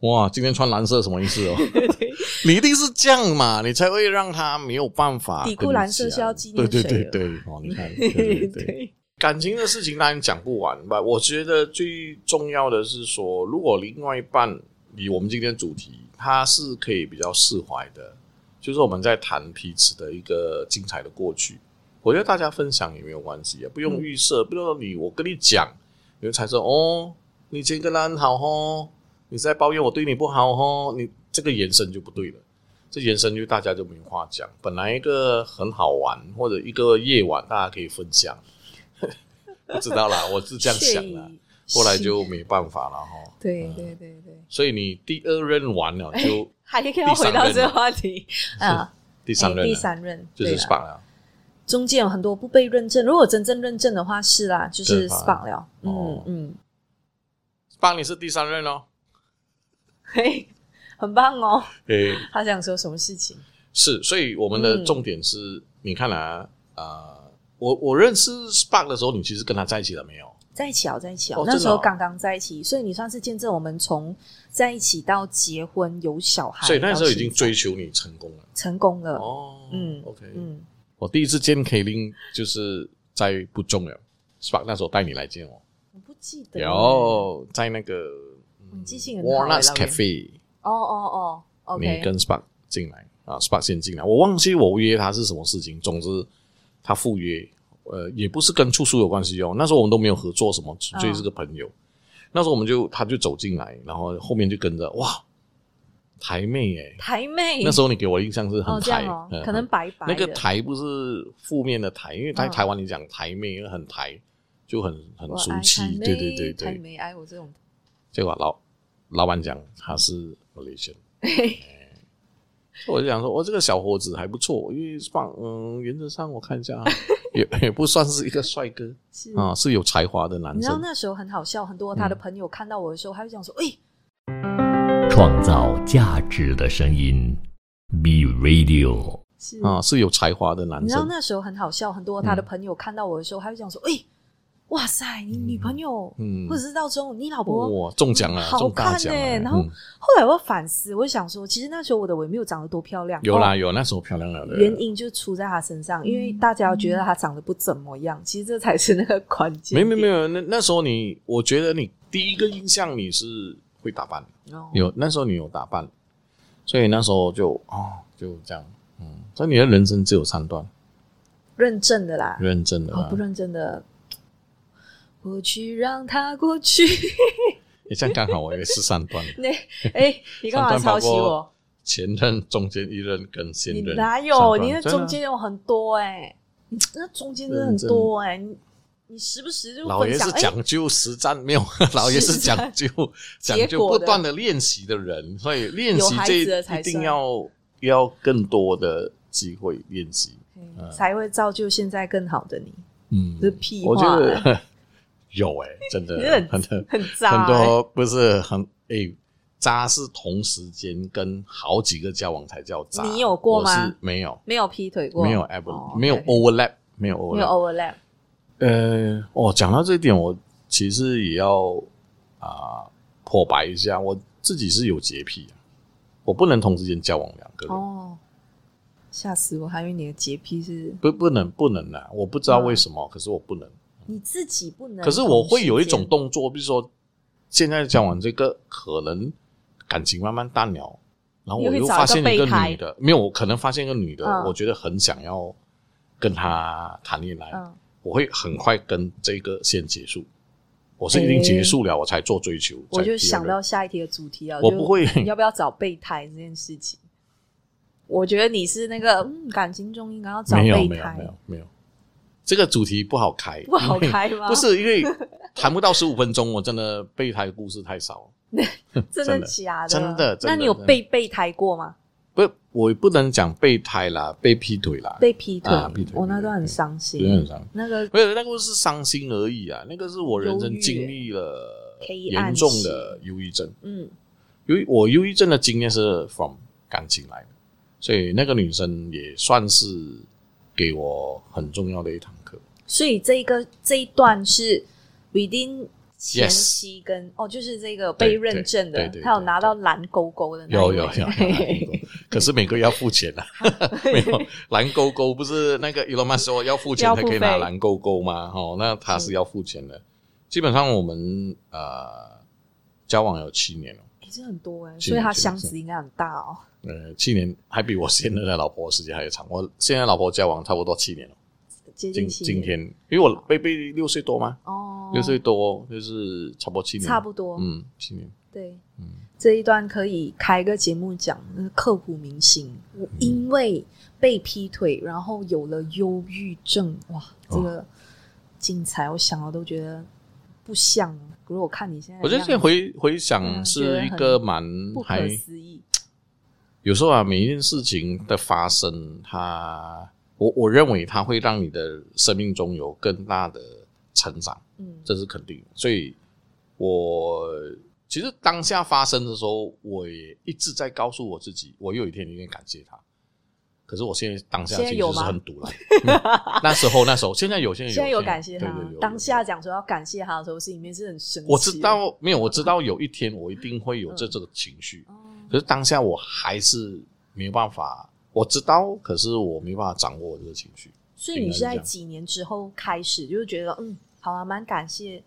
[SPEAKER 2] 哇，今天穿蓝色什么意思哦？
[SPEAKER 3] 对
[SPEAKER 2] 你一定是这样嘛，你才会让他没有办法跟
[SPEAKER 3] 底
[SPEAKER 2] 你讲。
[SPEAKER 3] 裤蓝色是要纪念
[SPEAKER 2] 对
[SPEAKER 3] 谁
[SPEAKER 2] 对对
[SPEAKER 3] 的
[SPEAKER 2] 对，哦，你看，对对
[SPEAKER 3] 对
[SPEAKER 2] 对。
[SPEAKER 3] 对，
[SPEAKER 2] 感情的事情当然讲不完吧。我觉得最重要的是说，如果另外一半以我们今天主题，他是可以比较释怀的，就是我们在谈彼此的一个精彩的过去。我觉得大家分享也没有关系，也啊不用预
[SPEAKER 3] 嗯
[SPEAKER 2] 设，不用你我跟你讲，你们才说哦，你今天跟他很好哦，你是在抱怨我对你不好哦，你这个延伸就不对了。这延伸就大家就没话讲。本来一个很好玩或者一个夜晚，大家可以分享， 不知道啦，我是这样想的
[SPEAKER 3] 确，已
[SPEAKER 2] 后来就嗯没办法了哈。
[SPEAKER 3] 对对对对。
[SPEAKER 2] 所以你第二任完了就
[SPEAKER 3] 还可以要回到这个话题啊，
[SPEAKER 2] 第三
[SPEAKER 3] 哎
[SPEAKER 2] 任
[SPEAKER 3] 第
[SPEAKER 2] 了，
[SPEAKER 3] 三任
[SPEAKER 2] 就
[SPEAKER 3] 对啊
[SPEAKER 2] 是
[SPEAKER 3] 啦
[SPEAKER 2] SPA 了。
[SPEAKER 3] 中间有很多不被认证，如果真正认证的话是啦，就是
[SPEAKER 2] 对吧
[SPEAKER 3] SPA 了，嗯
[SPEAKER 2] 哦
[SPEAKER 3] 嗯，
[SPEAKER 2] SPA 你是第三任哦，
[SPEAKER 3] 嘿，很棒哦。
[SPEAKER 2] 诶，
[SPEAKER 3] 他想说什么事情？
[SPEAKER 2] 是，所以我们的
[SPEAKER 3] 嗯
[SPEAKER 2] 重点是，你看啊，呃，我我认识 SPA 的时候，你其实跟他在一起了没有？
[SPEAKER 3] 在一起哦，在一起哦
[SPEAKER 2] 哦，
[SPEAKER 3] 那
[SPEAKER 2] 真的哦
[SPEAKER 3] 时候刚刚在一起，所以你算是见证我们从在一起到结婚有小孩，
[SPEAKER 2] 所以那时候已经
[SPEAKER 3] 到现在
[SPEAKER 2] 追求你成功了。
[SPEAKER 3] 成功了，
[SPEAKER 2] 哦，
[SPEAKER 3] 嗯
[SPEAKER 2] ，OK，
[SPEAKER 3] 嗯，
[SPEAKER 2] 我第一次见 K 林就是在不中了，SPA 那时候带你来见我，
[SPEAKER 3] 我不记得
[SPEAKER 2] 然
[SPEAKER 3] 了
[SPEAKER 2] 后在那个
[SPEAKER 3] 你记性很好欸
[SPEAKER 2] Walnut
[SPEAKER 3] 老袁
[SPEAKER 2] Cafe。
[SPEAKER 3] 哦哦哦
[SPEAKER 2] 你
[SPEAKER 3] ，OK，
[SPEAKER 2] 跟 Spark 进来啊，Spark 先进来，我忘记我约他是什么事情。总之，他赴约，呃，也不是跟出书有关系哦。那时候我们都没有合作什么，纯
[SPEAKER 3] 嗯
[SPEAKER 2] 粹是个朋友。那时候我们就他就走进来，然后后面就跟着哇，台妹哎、
[SPEAKER 3] 台妹
[SPEAKER 2] 那时候你给我印象是很
[SPEAKER 3] 哦这
[SPEAKER 2] 台，
[SPEAKER 3] 样哦
[SPEAKER 2] 嗯，
[SPEAKER 3] 可能白白
[SPEAKER 2] 那个
[SPEAKER 3] 的
[SPEAKER 2] 台不是负面的台，因为在
[SPEAKER 3] 嗯
[SPEAKER 2] 台湾你讲台妹很台，就很很
[SPEAKER 3] 我
[SPEAKER 2] 俗
[SPEAKER 3] 爱哎台
[SPEAKER 2] 气，
[SPEAKER 3] 妹
[SPEAKER 2] 对对对
[SPEAKER 3] 台
[SPEAKER 2] 对。
[SPEAKER 3] 妹爱我这种，
[SPEAKER 2] 结果老老板讲他是 Malaysian，我就想说，哦我这个小伙子还不错，因为放嗯，原则上我看一下啊，也也不算是一个帅哥
[SPEAKER 3] 是
[SPEAKER 2] 啊，是有才华的男
[SPEAKER 3] 嗯你知道
[SPEAKER 2] 生。
[SPEAKER 3] 那时候很好笑，很多他的
[SPEAKER 2] 嗯
[SPEAKER 3] 朋友看到我的时候，他就讲说：“哎、
[SPEAKER 1] 创造价值的声音，B Radio。
[SPEAKER 3] 是
[SPEAKER 2] 啊，是有才华的男
[SPEAKER 3] 你知道
[SPEAKER 2] 生，
[SPEAKER 3] 那时候很好笑，很多
[SPEAKER 2] 嗯
[SPEAKER 3] 他的朋友看到我的时候，他就讲说：“哎、哇塞，你女朋友，
[SPEAKER 2] 嗯哦
[SPEAKER 3] 或者是到时候你老婆、
[SPEAKER 2] 哇，中奖了，
[SPEAKER 3] 好
[SPEAKER 2] 中大
[SPEAKER 3] 看
[SPEAKER 2] 奖
[SPEAKER 3] 呢、
[SPEAKER 2] 了。
[SPEAKER 3] 然后
[SPEAKER 2] 嗯
[SPEAKER 3] 后来我反思，我就想说，其实那时候我的我也没有长得多漂亮，
[SPEAKER 2] 有啦
[SPEAKER 3] 哦
[SPEAKER 2] 有，那时候漂亮了的。
[SPEAKER 3] 原因就出在她身上，因为大家觉得她长得不怎么样，其实这才是那个关
[SPEAKER 2] 嗯
[SPEAKER 3] 键
[SPEAKER 2] 没
[SPEAKER 3] 点。
[SPEAKER 2] 没没有，那那时候你，我觉得你第一个印象你是会打扮的，
[SPEAKER 3] 哦，
[SPEAKER 2] 有那时候你有打扮，所以那时候就哦就这样，嗯，所以你的人生只有三段，
[SPEAKER 3] 认真的啦，
[SPEAKER 2] 认啊真的
[SPEAKER 3] 哦
[SPEAKER 2] 啦，
[SPEAKER 3] 不认真的，过去让它过去。
[SPEAKER 2] 你这样刚好我也是三段，
[SPEAKER 3] 那哎，你干嘛
[SPEAKER 2] 三段
[SPEAKER 3] 抄
[SPEAKER 2] 跑
[SPEAKER 3] 袭
[SPEAKER 2] 过
[SPEAKER 3] 我？
[SPEAKER 2] 前任、中间一任跟现
[SPEAKER 3] 你
[SPEAKER 2] 任，
[SPEAKER 3] 哪
[SPEAKER 2] 三
[SPEAKER 3] 有？
[SPEAKER 2] 段
[SPEAKER 3] 你那
[SPEAKER 2] 真的啊
[SPEAKER 3] 中间有很多哎、你那中间真的很多哎、你你时不时就
[SPEAKER 2] 老
[SPEAKER 3] 分
[SPEAKER 2] 爷
[SPEAKER 3] 享
[SPEAKER 2] 是
[SPEAKER 3] 哎、
[SPEAKER 2] 讲究实战，没有老爷是讲究讲
[SPEAKER 3] 结
[SPEAKER 2] 究
[SPEAKER 3] 果
[SPEAKER 2] 不
[SPEAKER 3] 的
[SPEAKER 2] 断的练习的人，所以练习
[SPEAKER 3] 有孩
[SPEAKER 2] 这
[SPEAKER 3] 子了才
[SPEAKER 2] 一定
[SPEAKER 3] 算
[SPEAKER 2] 要要更多的机会练习，
[SPEAKER 3] 嗯才会造就现在更好的你，
[SPEAKER 2] 嗯
[SPEAKER 3] 这屁话
[SPEAKER 2] 我觉得 有哎、真的
[SPEAKER 3] 你真的
[SPEAKER 2] 很
[SPEAKER 3] 很
[SPEAKER 2] 很
[SPEAKER 3] 很渣、哎
[SPEAKER 2] 多不是很哎、渣是同时间跟好几个交往才叫渣。
[SPEAKER 3] 你有过吗
[SPEAKER 2] 我是没有，
[SPEAKER 3] 没有劈腿过，
[SPEAKER 2] 没有
[SPEAKER 3] 哦
[SPEAKER 2] ever，
[SPEAKER 3] ，OK，
[SPEAKER 2] 没有 overlap，没有
[SPEAKER 3] 没有
[SPEAKER 2] overlap。
[SPEAKER 3] overlap，
[SPEAKER 2] 呃，哦，讲到这一点，我其实也要啊破白一下，我自己是有洁癖的，啊我不能同时间交往两个人。
[SPEAKER 3] 哦，吓死我，还以为你的洁癖是
[SPEAKER 2] 不，不能，不能啊！我不知
[SPEAKER 3] 嗯
[SPEAKER 2] 道为什么，可是我不能。
[SPEAKER 3] 你自己不能，
[SPEAKER 2] 可是我会有一种，动作，比如说现在交往这个，可能感情慢慢淡了，然后我
[SPEAKER 3] 你
[SPEAKER 2] 又
[SPEAKER 3] 会找
[SPEAKER 2] 发现一
[SPEAKER 3] 一
[SPEAKER 2] 个
[SPEAKER 3] 个备胎
[SPEAKER 2] 女的，没有，我可能发现一个女的，
[SPEAKER 3] 嗯
[SPEAKER 2] 我觉得很想要跟她谈恋爱，
[SPEAKER 3] 嗯，
[SPEAKER 2] 我会很快跟这个先结束。我是一定结束了，我才做追求。
[SPEAKER 3] 我
[SPEAKER 2] 才第
[SPEAKER 3] 就
[SPEAKER 2] 二
[SPEAKER 3] 想
[SPEAKER 2] 任
[SPEAKER 3] 到下一题的主题啊，
[SPEAKER 2] 我
[SPEAKER 3] 就
[SPEAKER 2] 不会
[SPEAKER 3] 你要不要找备胎这件事情。我觉得你是那个，嗯，感情中应该要找
[SPEAKER 2] 没有
[SPEAKER 3] 备
[SPEAKER 2] 没有
[SPEAKER 3] 胎，
[SPEAKER 2] 没有没有，这个主题不好开，
[SPEAKER 3] 不 好
[SPEAKER 2] 因为
[SPEAKER 3] 开吗？
[SPEAKER 2] 不是因为谈不到十五分钟，我真的备胎的故事太少了。
[SPEAKER 3] 真
[SPEAKER 2] 真
[SPEAKER 3] 的
[SPEAKER 2] 的
[SPEAKER 3] 假的？
[SPEAKER 2] 真的真的
[SPEAKER 3] 那你有
[SPEAKER 2] 真的
[SPEAKER 3] 被备胎过吗？
[SPEAKER 2] 不，我不能讲备胎啦，被劈腿啦，
[SPEAKER 3] 被劈腿
[SPEAKER 2] 啊劈腿，
[SPEAKER 3] 我那段
[SPEAKER 2] 劈腿
[SPEAKER 3] 很伤心，
[SPEAKER 2] 真的很伤心
[SPEAKER 3] 那个
[SPEAKER 2] 没有，那个是伤心而已啊，那个是我人生经历了
[SPEAKER 3] 忧郁
[SPEAKER 2] 严重的忧郁症。
[SPEAKER 3] 嗯，
[SPEAKER 2] 由于我忧郁症的经验是 from 感情来的，所以那个女生也算是给我很重要的一堂课。
[SPEAKER 3] 所以这一个这一段是 within 前
[SPEAKER 2] Yes
[SPEAKER 3] 期跟哦，就是这个
[SPEAKER 2] 对
[SPEAKER 3] 被认证
[SPEAKER 2] 对
[SPEAKER 3] 的
[SPEAKER 2] 对对，
[SPEAKER 3] 他有拿到蓝勾勾的那一
[SPEAKER 2] 有
[SPEAKER 3] 位，欸
[SPEAKER 2] 有有 有，可是每个月要付钱啊，没有蓝勾勾不是那个 Elon Musk 说要付钱
[SPEAKER 3] 要
[SPEAKER 2] 才
[SPEAKER 3] 付
[SPEAKER 2] 可以拿
[SPEAKER 3] 费
[SPEAKER 2] 蓝勾勾吗？哦，那他是要付钱的。基本上我们呃交往有七年了，哦
[SPEAKER 3] 诶这很多哎，
[SPEAKER 2] 是
[SPEAKER 3] 所以他
[SPEAKER 2] 是
[SPEAKER 3] 箱
[SPEAKER 2] 是
[SPEAKER 3] 子应该很大哦。
[SPEAKER 2] 呃，七年还比我现在的老婆时间还要长。我现在老婆交往差不多七年了，
[SPEAKER 3] 接
[SPEAKER 2] 今
[SPEAKER 3] 近七
[SPEAKER 2] 今
[SPEAKER 3] 年
[SPEAKER 2] 天因为我贝贝六岁多嘛，
[SPEAKER 3] 哦，
[SPEAKER 2] 六岁多就是差不多七年，
[SPEAKER 3] 差不多，
[SPEAKER 2] 嗯，七年。
[SPEAKER 3] 对，
[SPEAKER 2] 嗯
[SPEAKER 3] 这一段可以开个节目讲，那个刻骨铭心。我
[SPEAKER 2] 嗯
[SPEAKER 3] 因为被劈腿，然后有了忧郁症，哇，这个精彩，我想了都觉得不像。如果我看你现在的
[SPEAKER 2] 我
[SPEAKER 3] 样子，
[SPEAKER 2] 觉得现在回回想
[SPEAKER 3] 嗯
[SPEAKER 2] 是一
[SPEAKER 3] 觉得
[SPEAKER 2] 个
[SPEAKER 3] 很
[SPEAKER 2] 蛮
[SPEAKER 3] 不可
[SPEAKER 2] 还
[SPEAKER 3] 思议，
[SPEAKER 2] 有时候啊，每一件事情的发生，它我我认为它会让你的生命中有更大的成长，
[SPEAKER 3] 嗯，
[SPEAKER 2] 这是肯定的。所以我，其实当下发生的时候，我也一直在告诉我自己，我有一天一定感谢他。可是我现在当下
[SPEAKER 3] 现
[SPEAKER 2] 其
[SPEAKER 3] 在
[SPEAKER 2] 实
[SPEAKER 3] 有
[SPEAKER 2] 是
[SPEAKER 3] 吗
[SPEAKER 2] 很堵了、嗯那时候那时候，现在有现在有
[SPEAKER 3] 现在有感谢
[SPEAKER 2] 对
[SPEAKER 3] 他
[SPEAKER 2] 对有有，
[SPEAKER 3] 当下讲说要感谢他的时候，心里面是很生气的。
[SPEAKER 2] 我知道没有，我知道有一天我一定会有这这个情绪，
[SPEAKER 3] 哦，
[SPEAKER 2] 可是当下我还是没有办法，我知道，可是我没办法掌握我这个情绪。
[SPEAKER 3] 所以你是
[SPEAKER 2] 应该是这
[SPEAKER 3] 在
[SPEAKER 2] 样
[SPEAKER 3] 几年之后开始，就是觉得嗯，好啊，蛮感谢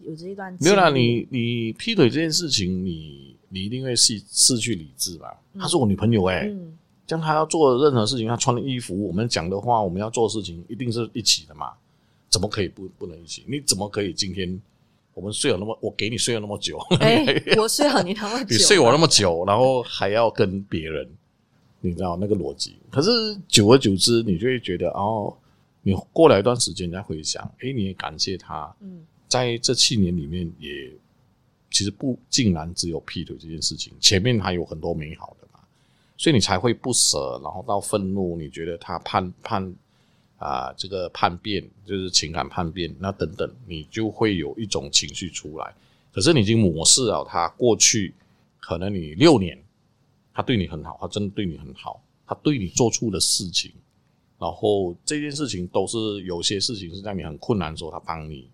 [SPEAKER 3] 有这一段
[SPEAKER 2] 没有啦，
[SPEAKER 3] 经历
[SPEAKER 2] 你你劈腿这件事情，你你一定会失失去理智吧？
[SPEAKER 3] 嗯
[SPEAKER 2] 她是我女朋友哎、
[SPEAKER 3] 嗯，
[SPEAKER 2] 这样他要做任何事情，他穿的衣服，我们讲的话，我们要做的事情，一定是一起的嘛？怎么可以不不能一起？你怎么可以今天我们睡了那么，我给你睡了那么久，
[SPEAKER 3] 哎，我睡了你那么久，
[SPEAKER 2] 你睡我那么久，然后还要跟别人，你知道那个逻辑？可是久而久之，你就会觉得哦，你过了一段时间，你再回想，哎，你也感谢他，
[SPEAKER 3] 嗯，
[SPEAKER 2] 在这七年里面也其实不竟然只有劈腿这件事情，前面还有很多美好的嘛，所以你才会不舍，然后到愤怒，你觉得他叛叛啊、这个叛变就是情感叛变，那等等，你就会有一种情绪出来。可是你已经漠视了他过去，可能你六年，他对你很好，他真的对你很好，他对你做出的事情，然后这件事情都是有些事情是让你很困难的时候，他帮你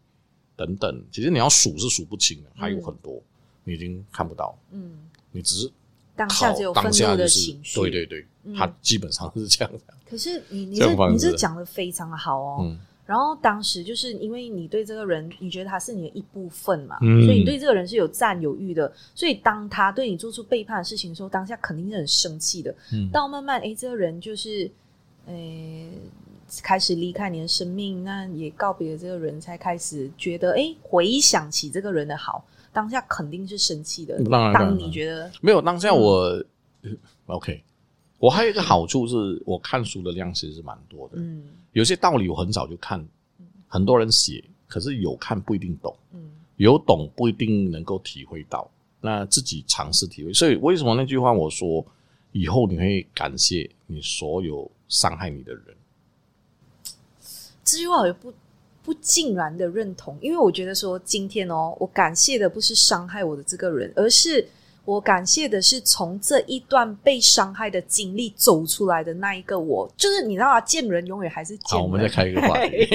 [SPEAKER 2] 等等。其实你要数是数不清的，还有很多、你已经看不到，
[SPEAKER 3] 嗯，
[SPEAKER 2] 你只是
[SPEAKER 3] 当下
[SPEAKER 2] 靠
[SPEAKER 3] 就有愤
[SPEAKER 2] 当下就
[SPEAKER 3] 怒的
[SPEAKER 2] 是
[SPEAKER 3] 情绪，
[SPEAKER 2] 对对对，
[SPEAKER 3] 嗯
[SPEAKER 2] 他基本上是这样的，
[SPEAKER 3] 可是你你
[SPEAKER 2] 这
[SPEAKER 3] 这
[SPEAKER 2] 样方
[SPEAKER 3] 你
[SPEAKER 2] 式
[SPEAKER 3] 这讲的非常好哦。
[SPEAKER 2] 嗯
[SPEAKER 3] 然后当时就是因为你对这个人，你觉得他是你的一部分嘛，
[SPEAKER 2] 嗯
[SPEAKER 3] 所以你对这个人是有占有欲的。所以当他对你做出背叛的事情的时候，当下肯定是很生气的。
[SPEAKER 2] 嗯
[SPEAKER 3] 到慢慢，哎，这个人就是，诶，开始离开你的生命，那也告别了这个人，才开始觉得，哎，回想起这个人的好，当下肯定是生气的。
[SPEAKER 2] 当然当然
[SPEAKER 3] 当你觉得，
[SPEAKER 2] 没有当下我、呃 OK。我还有一个好处是，我看书的量其实是蛮多的。
[SPEAKER 3] 嗯
[SPEAKER 2] 有些道理我很早就看，很多人写，可是有看不一定懂，
[SPEAKER 3] 嗯
[SPEAKER 2] 有懂不一定能够体会到。那自己尝试体会，所以为什么那句话我说，以后你会感谢你所有伤害你的人。
[SPEAKER 3] 这句话我也不不尽然的认同，因为我觉得说今天哦，我感谢的不是伤害我的这个人，而是我感谢的是从这一段被伤害的经历走出来的那一个我，就是你知道啊，见人永远还是见
[SPEAKER 2] 好，
[SPEAKER 3] 人。
[SPEAKER 2] 我们再开一个话题。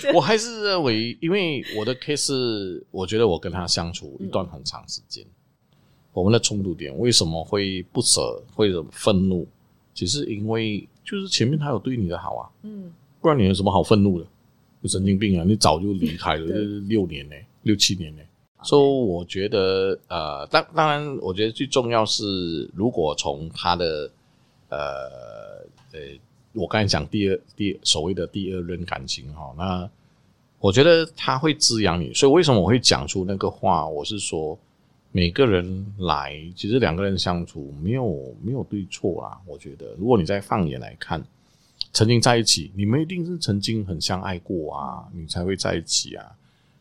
[SPEAKER 3] 这
[SPEAKER 2] 我还是认为，因为我的 case，我觉得我跟他相处一段很长时间，我们的冲突点为什么会不舍，或者愤怒，只是因为就是前面他有对你的好啊，
[SPEAKER 3] 嗯
[SPEAKER 2] 不然你有什么好愤怒的？你神经病啊！你早就离开了，
[SPEAKER 3] 对
[SPEAKER 2] 这是六年呢、六七年呢、所以我觉得，呃，当当然，我觉得最重要是，如果从他的，呃呃，我刚才讲第二第二所谓的第二任感情哈、那我觉得他会滋养你。所以为什么我会讲出那个话？我是说，每个人来，其实两个人相处没有没有对错啦。我觉得，如果你再放眼来看，曾经在一起，你们一定是曾经很相爱过啊，你才会在一起啊。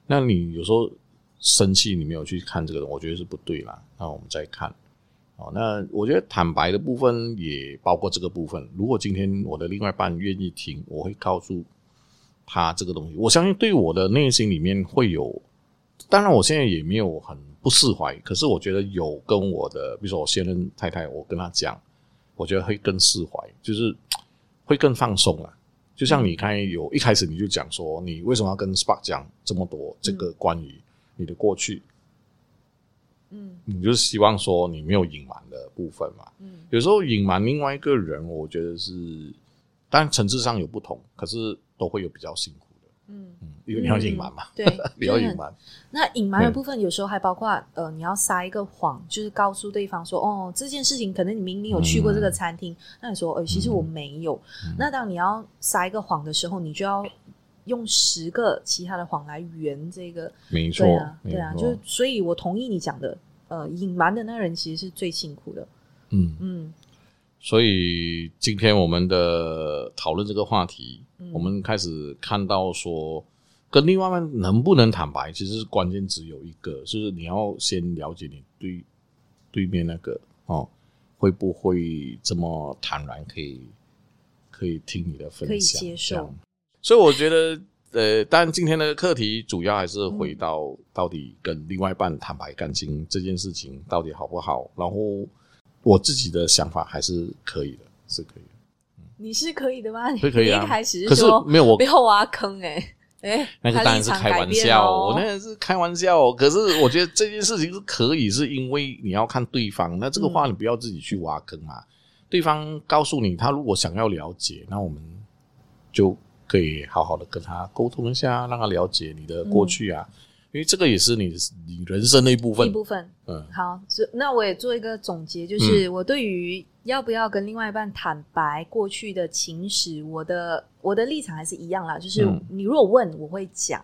[SPEAKER 2] 那你有时候生气，你没有去看这个，我觉得是不对啦。那我们再看。哦，那我觉得坦白的部分也包括这个部分。如果今天我的另外一半愿意听，我会告诉他这个东西。我相信对我的内心里面会有，当然我现在也没有很不释怀，可是我觉得有跟我的，比如说我现任太太，我跟她讲，我觉得会更释怀，就是嘖会更放松了。就像你刚才有一开始你就讲说，你为什么要跟 Spark 讲这么多这个关于你的过去？
[SPEAKER 3] 嗯
[SPEAKER 2] 你就是希望说你没有隐瞒的部分嘛。
[SPEAKER 3] 嗯
[SPEAKER 2] 有时候隐瞒另外一个人，我觉得是，当然层次上有不同，可是都会有比较辛苦的，
[SPEAKER 3] 嗯，
[SPEAKER 2] 嗯，因为你要隐瞒嘛，，
[SPEAKER 3] 对
[SPEAKER 2] 你要隐瞒，
[SPEAKER 3] 那隐嗯瞒的
[SPEAKER 2] 嗯
[SPEAKER 3] 部分有时候还包括呃，你要撒一个谎，就是告诉对方说，哦，这件事情可能你明明有去过这个餐厅，
[SPEAKER 2] 嗯
[SPEAKER 3] 那你说，呃，其实我没有。那当你要撒一个谎的时候，你就要用十个其他的谎来圆这个。
[SPEAKER 2] 没错
[SPEAKER 3] 对啊，，
[SPEAKER 2] 没
[SPEAKER 3] 对啊，
[SPEAKER 2] 错
[SPEAKER 3] 就是所以，我同意你讲的，呃，隐瞒的那个人其实是最辛苦的。
[SPEAKER 2] 嗯，
[SPEAKER 3] 嗯
[SPEAKER 2] 所以今天我们的讨论这个话题，
[SPEAKER 3] 嗯
[SPEAKER 2] 我们开始看到说，跟另外一半能不能坦白，其实关键只有一个，就是你要先了解你对对面那个哦，会不会这么坦然可以可以听你的分享，
[SPEAKER 3] 可以接受
[SPEAKER 2] 这样。所以我觉得，呃，当然今天的课题主要还是回到到底跟另外一半坦白感情这件事情到底好不好，然后。我自己的想法还是可以的，是可以的。
[SPEAKER 3] 你是可以的吗？你
[SPEAKER 2] 是可以啊
[SPEAKER 3] 你一开始
[SPEAKER 2] 可是
[SPEAKER 3] 说
[SPEAKER 2] 没有我
[SPEAKER 3] 不要挖坑哎、欸、哎，
[SPEAKER 2] 那个
[SPEAKER 3] 他
[SPEAKER 2] 当
[SPEAKER 3] 立
[SPEAKER 2] 然是
[SPEAKER 3] 场
[SPEAKER 2] 开
[SPEAKER 3] 改
[SPEAKER 2] 玩
[SPEAKER 3] 变
[SPEAKER 2] 笑，
[SPEAKER 3] 哦
[SPEAKER 2] 我那个是开玩笑。可是我觉得这件事情是可以，是因为你要看对方。那这个
[SPEAKER 3] 嗯
[SPEAKER 2] 话你不要自己去挖坑嘛。对方告诉你，他如果想要了解，那我们
[SPEAKER 3] 嗯
[SPEAKER 2] 就可以好好的跟他沟通一下，让他了解你的过去啊。因为这个也是你你人生的一部分
[SPEAKER 3] 一。部分。
[SPEAKER 2] 嗯
[SPEAKER 3] 好，所那我也做一个总结，就是我对于要不要跟另外一半坦白过去的情史，我的我的立场还是一样啦，就是
[SPEAKER 2] 嗯
[SPEAKER 3] 你如果问，我会讲；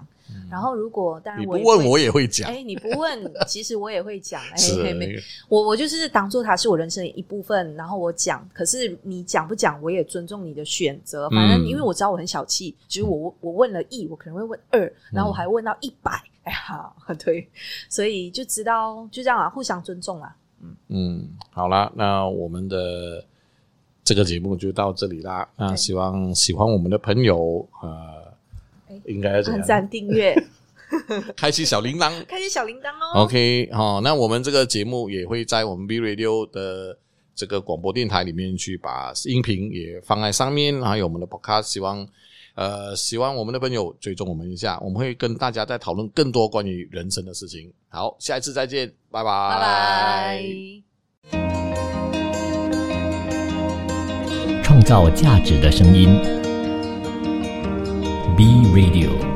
[SPEAKER 3] 然后如果当然
[SPEAKER 2] 你不
[SPEAKER 3] 我也
[SPEAKER 2] 问
[SPEAKER 3] 会
[SPEAKER 2] 我也会讲
[SPEAKER 3] 哎、，你不问，其实我也会讲。哎、
[SPEAKER 2] 是
[SPEAKER 3] 嘿
[SPEAKER 2] 的
[SPEAKER 3] 没
[SPEAKER 2] 那个
[SPEAKER 3] 我我就是当做它是我人生的一部分，然后我讲。可是你讲不讲，我也尊重你的选择。反正
[SPEAKER 2] 嗯
[SPEAKER 3] 因为我知道我很小气，只是我我问了一，我可能会问二，然
[SPEAKER 2] 嗯
[SPEAKER 3] 后我还问到一百、哎呀， 对，所以就知道就这样啊，互相尊重啊。
[SPEAKER 2] 嗯，好啦，那我们的这个节目就到这里啦。那
[SPEAKER 3] 对
[SPEAKER 2] 希望喜欢我们的朋友，呃
[SPEAKER 3] 哎，
[SPEAKER 2] 应该怎
[SPEAKER 3] 按
[SPEAKER 2] 样？
[SPEAKER 3] 赞、订阅、
[SPEAKER 2] 开启小铃铛。
[SPEAKER 3] 开启小铃铛哦。
[SPEAKER 2] OK，好、那我们这个节目也会在我们 B Radio 的这个广播电台里面去把音频也放在上面，还有我们的 Podcast，希望呃喜欢我们的朋友追踪我们一下，我们会跟大家再讨论更多关于人生的事情。好，下一次再见，拜拜，
[SPEAKER 3] 拜拜。
[SPEAKER 1] 创造价值的声音。B Radio。